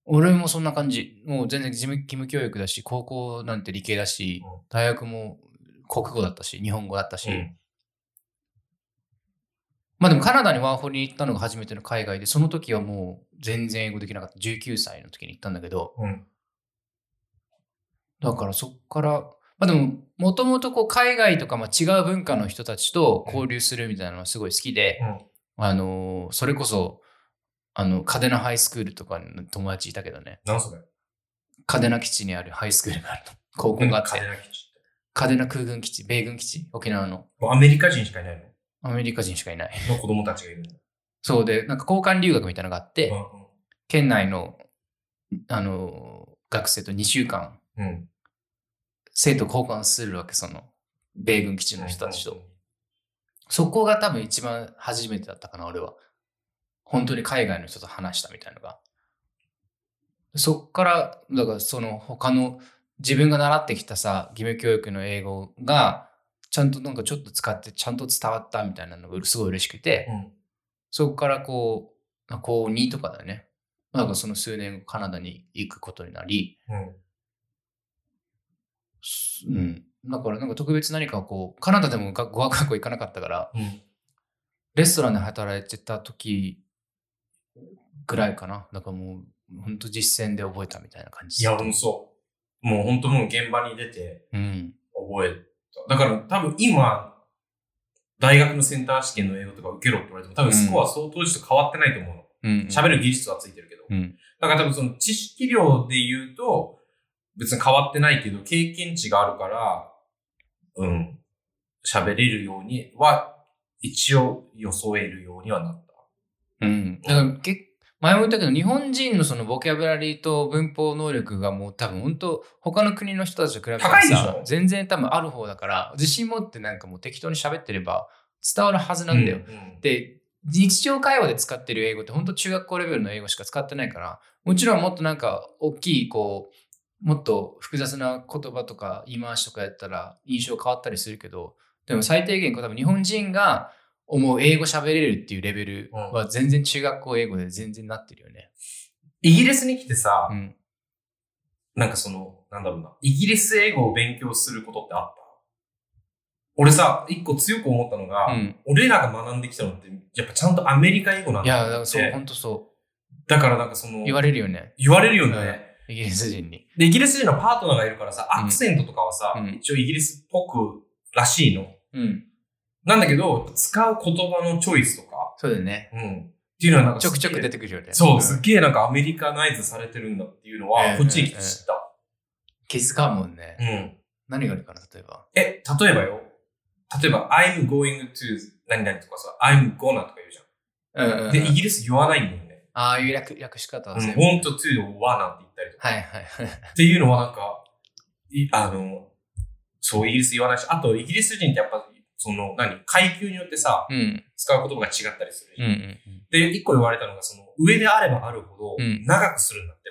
俺もそんな感じ。もう全然義務義務教育だし、高校なんて理系だし
うん、
大学も国語だったし、日本語だったし。
うん
まあでもカナダにワーホリに行ったのが初めての海外で、その時はもう全然英語できなかった。19歳の時に行ったんだけど、
うん
だからそっから、まあでも、もともとこう海外とかまあ違う文化の人たちと交流するみたいなのがすごい好きで、あのーそれこそ、あの、カデナハイスクールとかの友達いたけどね、
何それ
カデナ基地にあるハイスクールがあるの。高校があっ
カデ
て、
ナ基地って
カデナ空軍基地、米軍基地、沖縄の
もうアメリカ人しかいない
アメリカ人しかいない。
のの子供たちがいるの。
そうで、なんか交換留学みたいなのがあって、
う
県内の、あの、学生と2週間、
ん。うん。
生徒交換するわけ、その、米軍基地の人たちと。そこが多分一番初めてだったかな、俺は。本当に海外の人と話したみたいなのが。そっから、だからその他の自分が習ってきたさ、義務教育の英語が、ちゃんとなんかちょっと使って、ちゃんと伝わったみたいなのがすごい嬉しくて、
うん
そこからこう、高2とかだよね。なんかその数年後カナダに行くことになり、
うん。
うん。だからなんか特別何かこう、カナダでもが語学学校行かなかったから、
うん。
レストランで働いてた時ぐらいかな。だからもう、ほんと実践で覚えたみたいな感じ。
いや、ほんとそう。もう本当もう現場に出て
うん。
覚えた。だから多分今、大学のセンター試験の英語とか受けろって言われても、多分スコア相当時と変わってないと思うの。
うん。うん。
喋る技術はついてるけど。
うん。
だから多分その知識量で言うと、別に変わってないけど、経験値があるから、うん、喋れるようには、一応装えるようにはなった。
うん。だから結前も言ったけど、日本人のそのボキャブラリーと文法能力がもう多分本当他の国の人たちと比べたら
高いでし
さ
ょ、
全然多分ある方だから、自信持ってなんかもう適当に喋ってれば伝わるはずなんだよ。
うん。うん
で日常会話で使ってる英語って本当中学校レベルの英語しか使ってないからもちろんもっとなんか大きいこうもっと複雑な言葉とか言い回しとかやったら印象変わったりするけどでも最低限こう多分日本人が思う英語喋れるっていうレベルは全然中学校英語で全然なってるよね。
イギリスに来てさ、
うん、
なんかその、なんだろうな、イギリス英語を勉強することってあった俺さ、一個強く思ったのが、
うん、
俺らが学んできたのって、やっぱちゃんとアメリカ英語なん
い
だ
やだ
な
から
って
そう本当そ
だからなんかその、
う言われるよね
言われるよね。
イギリス人に。
で、イギリス人のパートナーがいるからさ、
うん
アクセントとかはさ、
うん
一応イギリスっぽくらしいの。
うん、
なんだけど、使う言葉のチョイスとか、
そうだよね。
うん。っていうのはなんか
ちょくちょく出
て
てくるよね。
そう、
ん
すっげえなんかアメリカナイズされてるんだっていうのは、
うん
こっちに来て知った。
気づかんもんね。
うん。
何があるかな例えば。
え、例えばよ。例えば、I'm going to 何々とかさ、I'm gonna とか言うじ
うんうんう
ゃ
ん
ん。で、イギリス言わないんだよね。
ああいう略略し方
うん
は全部
want to or wanna って言ったりとか。
はいはいはい。
っていうのはなんか、いあの、そう、イギリス言わないし、あと、イギリス人ってやっぱ、その、何階級によってさ、
うん。
使う言葉が違ったりするじ
う
ゃん。
ん。
で、一個言われたのが、その、上であればあるほど
うん、
長くするんだって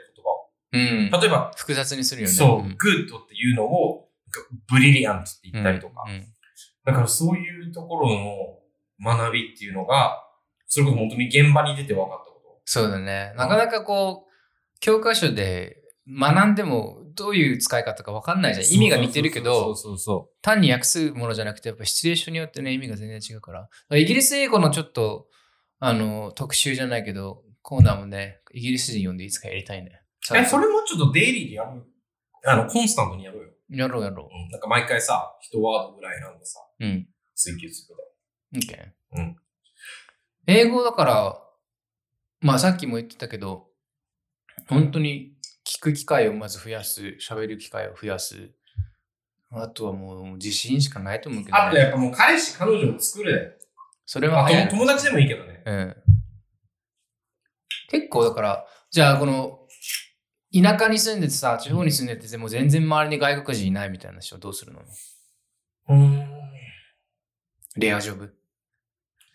言
う
葉
ん。
を。例えば、
複雑にするよね。
そう、
ん
good っていうのを、ブリリアントって言ったりとか
う。ん
だからそういうところの学びっていうのが、それこそ本当に現場に出て分かったこ
そうだね。なかなかこう、教科書で学んでもどういう使い方か分かんないじゃん。意味が似てるけ
そう
ど、
そうそう
単に訳すものじゃなくて、やっぱシチュエーションによってね、意味が全然違うから。だからイギリス英語のちょっと、あの、特集じゃないけど、コーナーもね、イギリス人呼んでいつかやりたいね。ち
そう。
ゃん
え、
と
それもちょっとデイリーでやるあの、コンスタントにやろうよ。
やろうやろ
うん。なんか毎回さ、一ワードぐらいなんでさ、
う。うん。
追求するこ
OK。
うん
英語だから、まあさっきも言ってたけど、本当に聞く機会をまず増やす、喋る機会を増やす。あとはもう自信しかないと思うけ
と。
ど、
あと
ね、
やっぱもう彼氏、彼女も作る。
それは
あ
早い
と友達でもいいけどね。
うん。結構だから、じゃあこの、田舎に住んでてさ、地方に住んでてもう全然周りに外国人いないみたいな人はどうするの
うん。
レアジョブ。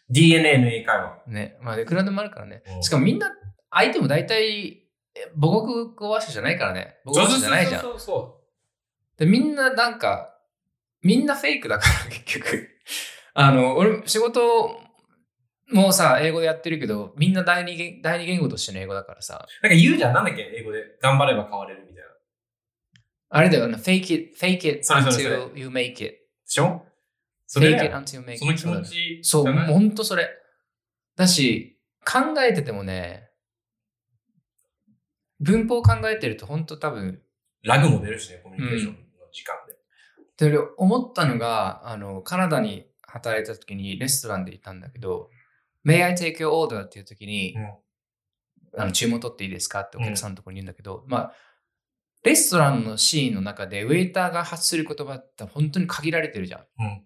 DNA の英会話。
ね。まあ、いくらでもあるからね。
うん
しかもみんな、相手も大体、え母国語話者じゃないからね。母国語話者じゃないじゃん。
そうそうそ
で、みんななんか、みんなフェイクだから、 *laughs* 結局。あの、俺、仕事もさ、英語でやってるけど、みんな第二言第二言語としての英語だからさ、
う。なんか言うじゃん。なんだっけ英語で。頑張れば変われるみたいな。
あれだよね、fake it, fake it
それそれそれ
until you make it.
でしょそれ
fake it
だよ
until you make it.
その気
うだ
持
ね
ち。
そう、
じゃ
もう
ない
ほんとそれ。だし、考えててもね、文法考えてるとほんと多分、
ラグも出るしね、コミュニケーションの時間で。
で俺思ったのがあのカナダに働いた時にレストランでいたんだけど「May I take your order?」っていう時に、あの注文取っていいですかってお客さんのところに言うんだけど、まあレストランのシーンの中でウェイターが発する言葉って本当に限られてるじゃん。
うん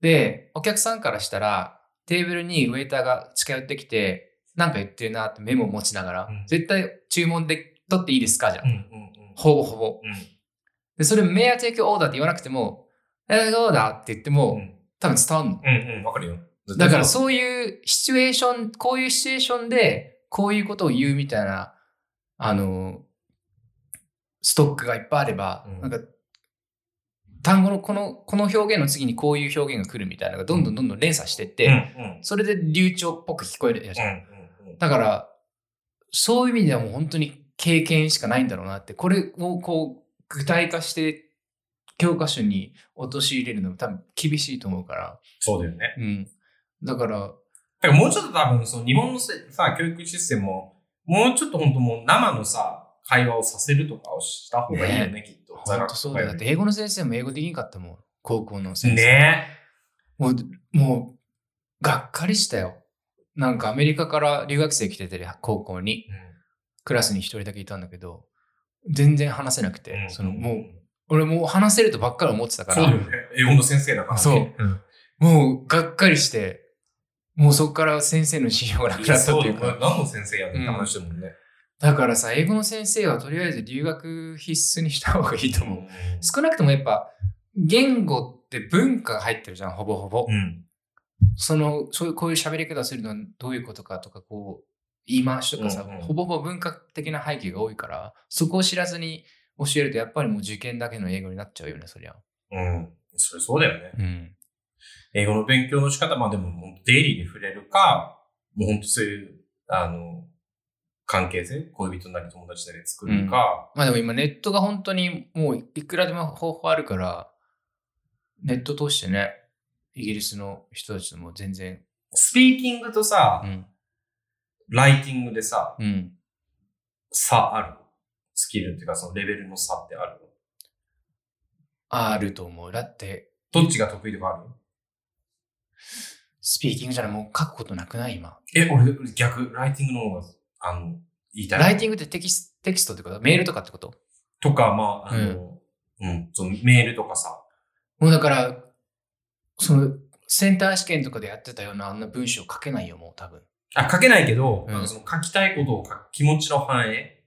でお客さんからしたらテーブルにウェイターが近寄ってきてなんか言ってるなってメモを持ちながら、
うん
絶対注文で取っていいですかじゃん。
うんうんうん。
ほぼほぼ。
う
で、それ、メア提供オーダーって言わなくても、メア提供オーダーって言っても、
ん。
多分伝わんの。
うんうん、わかるよ。
だから、そういうシチュエーション、こういうシチュエーションで、こういうことを言うみたいな、あの、ストックがいっぱいあれば、
うん
なんか、単語のこの、この表現の次にこういう表現が来るみたいなのが、どんどんどんどん連鎖してって、
うんうん。
それで流暢っぽく聞こえるやつ
うんうんうん
だから、そういう意味ではもう本当に経験しかないんだろうなって、これをこう、具体化して、教科書に陥れるのも多分厳しいと思うから。
そうだよね。
うん。だから、
だからもうちょっと多分、その日本のせさ、教育システムも、もうちょっと本当もう生のさ、会話をさせるとかをした方がいいよね、きっと。
本当そうだよ。だって英語の先生も英語できんかったもん。高校の先生。
ね
もう、もう、がっかりしたよ。なんかアメリカから留学生来てて、高校に。クラスに一人だけいたんだけど、全然話せなくて、
うん
そのもう、俺もう話せるとばっかり思ってたか
そうだ
ら
よね、。英語の先生だからね。
そ
うん。
もうがっかりして、もうそこから先生の信用がなく
い
な
や
った
そ
っ
う
て
だ
いう
よね
か。
何の先生やねんって話だもんね。
だからさ、英語の先生はとりあえず留学必須にした方がいいと思う。少なくともやっぱ、言語って文化が入ってるじゃん、ほぼほぼ。
うん。
その、そういう、こういう喋り方するのはどういうことかとか、こう、言い回しとかさ、
うんうん
ほぼほぼ文化的な背景が多いから、そこを知らずに教えると、やっぱりもう受験だけの英語になっちゃうよね、そりゃ。
うん。それそうだよね。
うん。
英語の勉強の仕方、まあでも、もうデイリーに触れるか、もう本当そういう、あの、関係性、恋人なり友達なり作るか、
まあでも今ネットが本当にもういくらでも方法あるから、ネット通してね、イギリスの人たちとも全然、
スピーキングとさ
う、ん、
ライティングでさ、
うん。
差あるスキルっていうか、そのレベルの差ってある
あると思う。だって、
どっちが得意とかあ
スピーキングじゃない、もう書くことなくない今。
るえ、俺、俺逆、ライティングの方が、あの、言いたい。
ライティン
グ
グってテキステキストってことメールとかってこと
とか、まあ、あの、うん、そのメールとかさ、
もうだから、その、センター試験とかでやってたようなあんな文章書けないよ、もう多分。
あ、書けないけど、
うん
なんかその書きたいことを書く気持ちの反映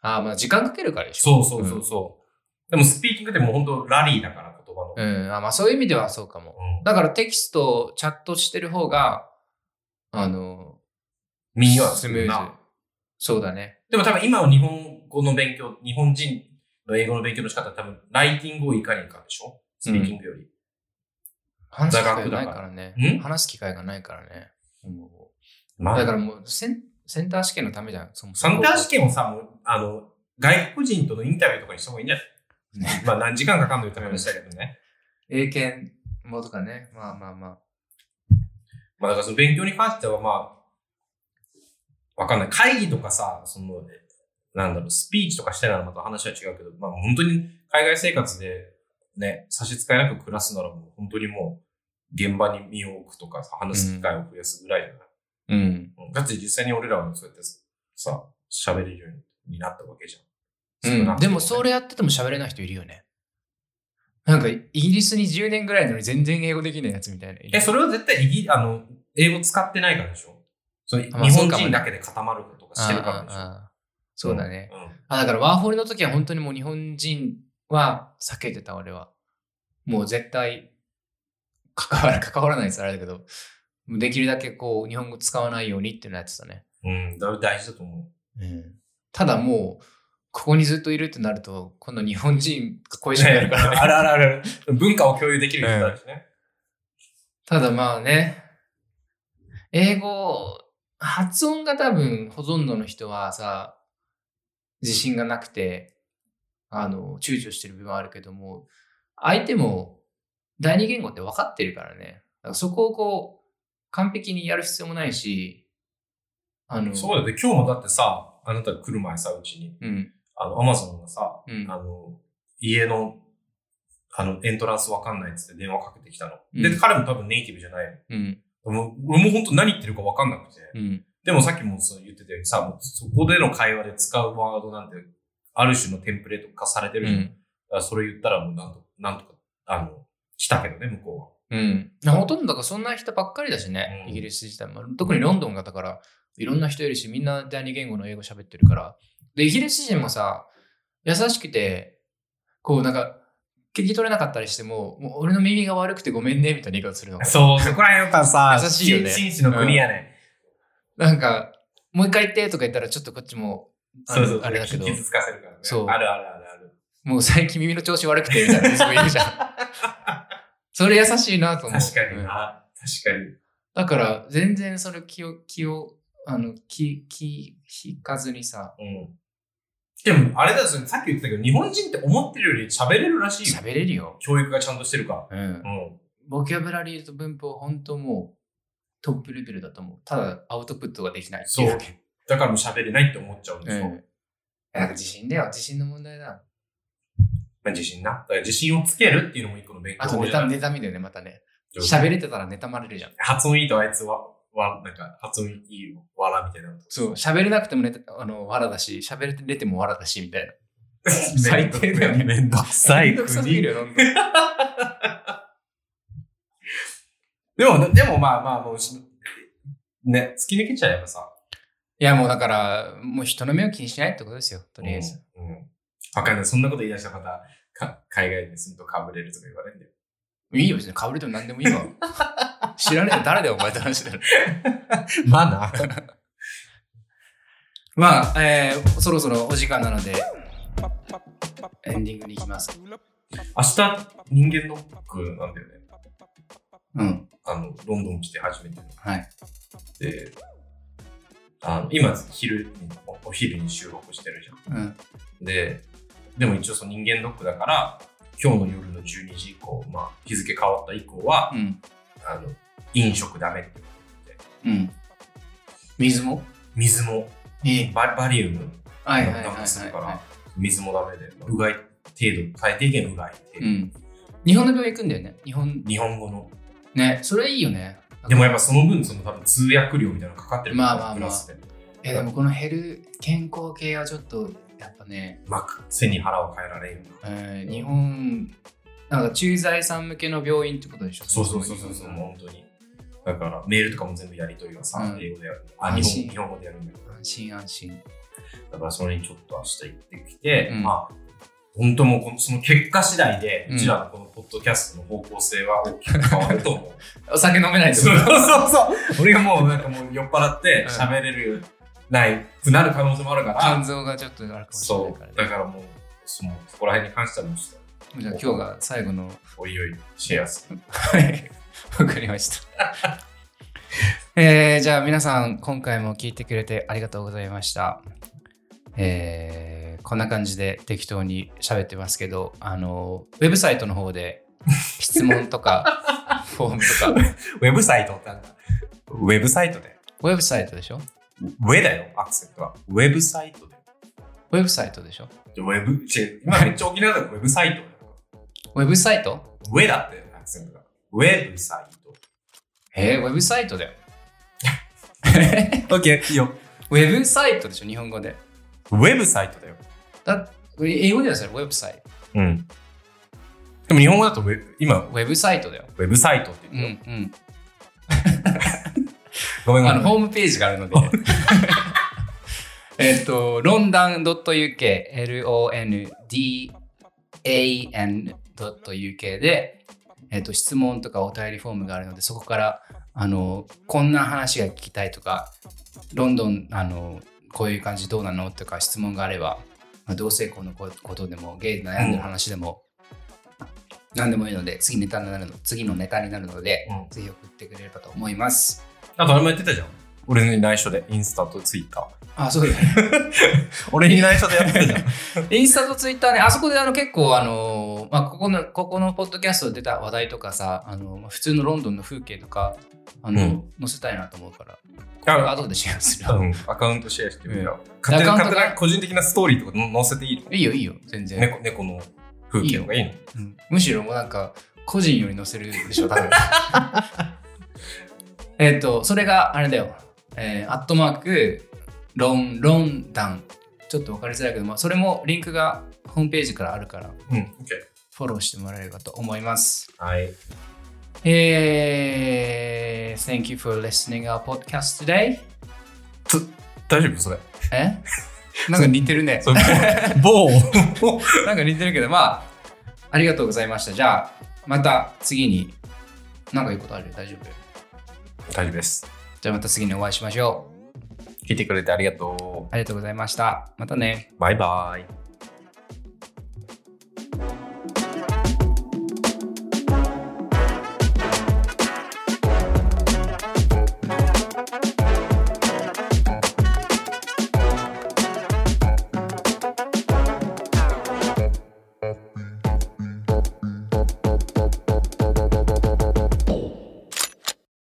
ああ、まあ時間かけるからでしょ。
そうそうそうそう。でもスピーキングってもう本当ラリーだから言葉の。
うん、あまあそういう意味ではそうかも。
うん
だからテキストをチャットしてる方が、あの、
耳は
ス
ス
ム
ム
ー
ー
ズ
ズ。。
そうだね。
でも多分今の日本語の勉強、日本人の英語の勉強の仕方は多分ライティングをいかにかでしょスピーキングより。
話す機
座
会
学だ
がな
から
いからね
ん。
話す機会がないからね。もう
まあ、
だからもうセン、センター試験のためじゃん、そもそ
サ
も。
ンター試験をさ、もうあの、外国人とのインタビューとかにした方がいいんじゃないまあ何時間かかんのよって話だけどね。
英検もとかね。まあまあまあ。
まあだからその勉強に関してはまあ、わかんない。会議とかさ、その、なんだろう、スピーチとかしてならまた話は違うけど、まあ本当に海外生活でね、差し支えなく暮らすならもう本当にもう、現場に身を置くとかさ、話す機会を増やすぐらいじゃない、
うん。
うんだって実際に俺らはそうやってさ、喋れるようになったわけじゃん。
うん、でも
そ
それ
れ
やってても喋れない人いるよね。なんか、イギリスに10年ぐらいなのに全然英語できないやつみたいな。
え、それは絶対イギ、あの、英語使ってないからでしょそれ日
まあそう
本
かもね
人だけで固まることかしてるからでし
ああ
ょ
ああそうだね。。
うん
あ、だからワーホリの時は本当にもう日本人は避けてた俺は。もう絶対、関わら、関わらないですあれだけど、できるだけこう、日本語使わないようにっていうのやってたね。
うん、だいぶ大事だと思
ただもう、ここにずっといるってなると、今度日本人が
う。
恋しくなるからね。
あるあるある。文化を共有できる人だしね。
ただまあね、英語、発音が多分ほとんどの人はさ、自信がなくて、あの、躊躇してる部分はあるけども、相手も第二言語って分かってるからね。だからそこをこう、完璧にやる必要もないし、あの、
そうだよね。今日もだってさ、あなたが来る前さ、うちに、
うん、
あの、アマゾンがさ、
うん
あの、家の、あの、エントランスわかんないっつって電話かけてきたの。
うん
で、彼も多分ネイティブじゃないの。
うん、
もう俺も本当何言ってるか分かんなくて。
うん、
でもさっきもそう言ってたようにさ、もうそこでの会話で使うワードなんて、ある種のテンプレート化されて
う
るじゃん。だ
ん、
からそれ言ったらもうなんとなんとか、あの、来たけどね、向こ
うん。ほとんどだからそんな人ばっかりだしね、
うん
イギリス自体も。特にロンドンがだから、いろんな人いるし、みんな第二言語の英語喋ってるから。で、イギリス人もさ、優しくて、こうなんか、聞き取れなかったりしても、もう俺の耳が悪くてごめんね、みたいな言い方するの
うは。。そう、 *laughs* そこら辺はさ
優しいよね
紳士の国やね。
なんか、もう一回言ってとか言ったら、ちょっとこっちも、あ
そ
の
うそう、
あれだけど、
傷つかせるからね。
そう
あるあるあるある。
もう最近耳の調子悪くて、みたいな人もいる
*laughs*
じゃん。それ優しいなと思う。
確か
う
に
ん
な。確かに。
だから、全然それ気を、気を、あの、気、気、引かずにさ、
うん。でも、あれだよ、それさっき言ってたけど、日本人って思ってるより喋れるらしいよ。
喋れるよ。
教育がちゃんとしてるか
うん
ら。。うん。
ボキャブラリーと文法、本当もう、トップレベルだと思う。ただ、アウトプットができないっていうだけ。
だからもう喋れないって思っちゃうんでしょ。
うん。なんか自信だよ。自信の問題だ。
まあ、自信な。だから自信をつけるっていうのも一個の勉強
あと、
法
ネ
じゃ
タ、
ない
ネタみだよね、またね。喋れてたらネタまれるじゃん。
発音いいとあいつは、わ、なんか、発音いいわらみたいな。
そう。喋れなくてもネタ、あの、わらだし、喋れてれてもわらだし、みたいな。
最低だよね。 *laughs* めんどくさ
めんどくさすぎるよ、なんか。
でも、でもまあまあ、もうし、ね、突き抜けちゃえばさ。
いや、もうだから、もう人の目を気にしないってことですよ、とりあえず。
うん。うんわかんない。そんなこと言い出したらまた、か海外に住むとかぶれるとか言われるんだよ。
いいよ、別に被れても何でもいいわ。 *laughs* 知らねえよ、誰だよ、お前って話だよ。
まあな。
まあ、えー、そろそろお時間なので、エンディングに行きます。
明日、人間ドックなんだよね。
うん。
あの、ロンドン来て初めての。
はい。
で、あの、今、昼に、おお昼に収録してるじゃん。
うん。
で、でも一応その人間ドックだから、今日の夜の12時以降、まあ、日付変わった以降は、
うん。
あの、飲食ダメって言わ
う
れて、
ん。水も
水も、
ええ。
ババリウム
はいはいはい
なん
は
かする
い、
か
は
ら、水もダメで、まあうがい程度、最低限うがい
い。う
程
ん。日本の病院行くんだよね。日本。
度、日本語の。
ね、それいいよね。
でもやっぱその分、その多分通訳料みたいなのかかってるから
まあまあまあ
プラスで。
え、でもこの減る健康系はちょっと、やっぱね、
まあ、背に腹を変えられんような。
えー、日本、なんか駐在さん向けの病院ってことでしょ
そうそうそうそうそう、もう本当に。だから、メールとかも全部やり取りはさ、
うん
英語でやる。あ、
安心
日本日本語でやるんだけど。
安心安心。
だからそれにちょっと明日行ってきて、
うん
まあ、本当もうこのその結果次第で、
う
うんちらのこのポッドキャストの方向性は大きく変わると思う。
お酒飲めないってこ
そ
と
うそうそう。俺がもうなんかもう酔っ払って
うん
喋れる、ない、くなる可能性もあるから、
肝臓がちょっとあるかもしれな
そ
いうから、ね。
だからもう、そのそこら辺に関してはもうちょっ
じゃあ今日が最後の。
と、おいおい、シェアする。
はい。わかりま
*laughs*
した。えーじゃあ皆さん、今回も聞いてくれてありがとうございました。えーこんな感じで適当に喋ってますけど、あの、ウェブサイトの方で質問と
*laughs*
か、フォームとか、
ウェブサイトってなんだウェブサイトで。
ウェブサイトでしょ
ウェだよ、アクセントは。ウェブサイトで。
ウェブサイトでしょ
ウェブ、違う今めっちゃ沖縄だからウェブサイトだよ。
ウェブサイト
ウェだって、アクセントが。ウェブサイト。
えー、ウェブサイトだよ。
オッケー、いいよ。
ウェブサイトでしょ日本語で。
ウェブサイトだよ。
だ英語ではそれウェブサイト。
うん。でも日本語だとウェブ、今、
ウェブサイトだよ。
ウェブサイトって
う
言
ん
う
う
よ
ん。
ごめんご
あ
め
の、
ん。
ホームページがあるので。 *laughs* えっと、ロンダン .uk、londan.uk で、えっと、質問とかお便りフォームがあるので、そこから、あの、こんな話が聞きたいとか、ロンドン、あの、こういう感じどうなのとか質問があれば、まあ同性婚のこことでも、ゲイで悩んでる話でも、何でもいいので、次ネタになるの、次のネタになるので、
うん
ぜひ送ってくれればと思います。
あと、あれもやってたじゃん。俺に内緒で、インスタとツイッター。
あ、そうだ、ね。
俺に内緒でやってたじゃ *laughs* ん。
インスタとツイッターね、あそこであの結構あのーまあ、ここの、ここのポッドキャストで出た話題とかさ、あのまあ普通のロンドンの風景とか、あの、
うん
載せたいなと思うから、
あ
後でシェアする。
うん、アカウントシェアしてみるよ。
うん
勝手な
アカウント
勝手
が
な個人的なストーリーとか載せていいの
いいよ、いいよ、全然。
猫猫の風景とかいいの
うんむしろもうなんか、個人より載せるでしょ、多 *laughs* 分。えっと、それがあれだよ。えーアットマーク、ロン、ロンダン。ちょっと分かりづらいけど、まあ、それもリンクがホームページからあるから、
うん、オッケ
フォローしてもらえればと思います。
ー。はい。
Eh, thank you for listening our podcast today.
大丈夫それ。
えなんか似てるね。
それ某某
なんか似てるけど、まあ、ありがとうございました。じゃあ、また次に、なんか言うことある大丈夫
*laughs* 大丈夫です。
じゃあまた次にお会いしましょう。
聞いてくれてありがと
ありがとうございました。またね。
う。バイバイ。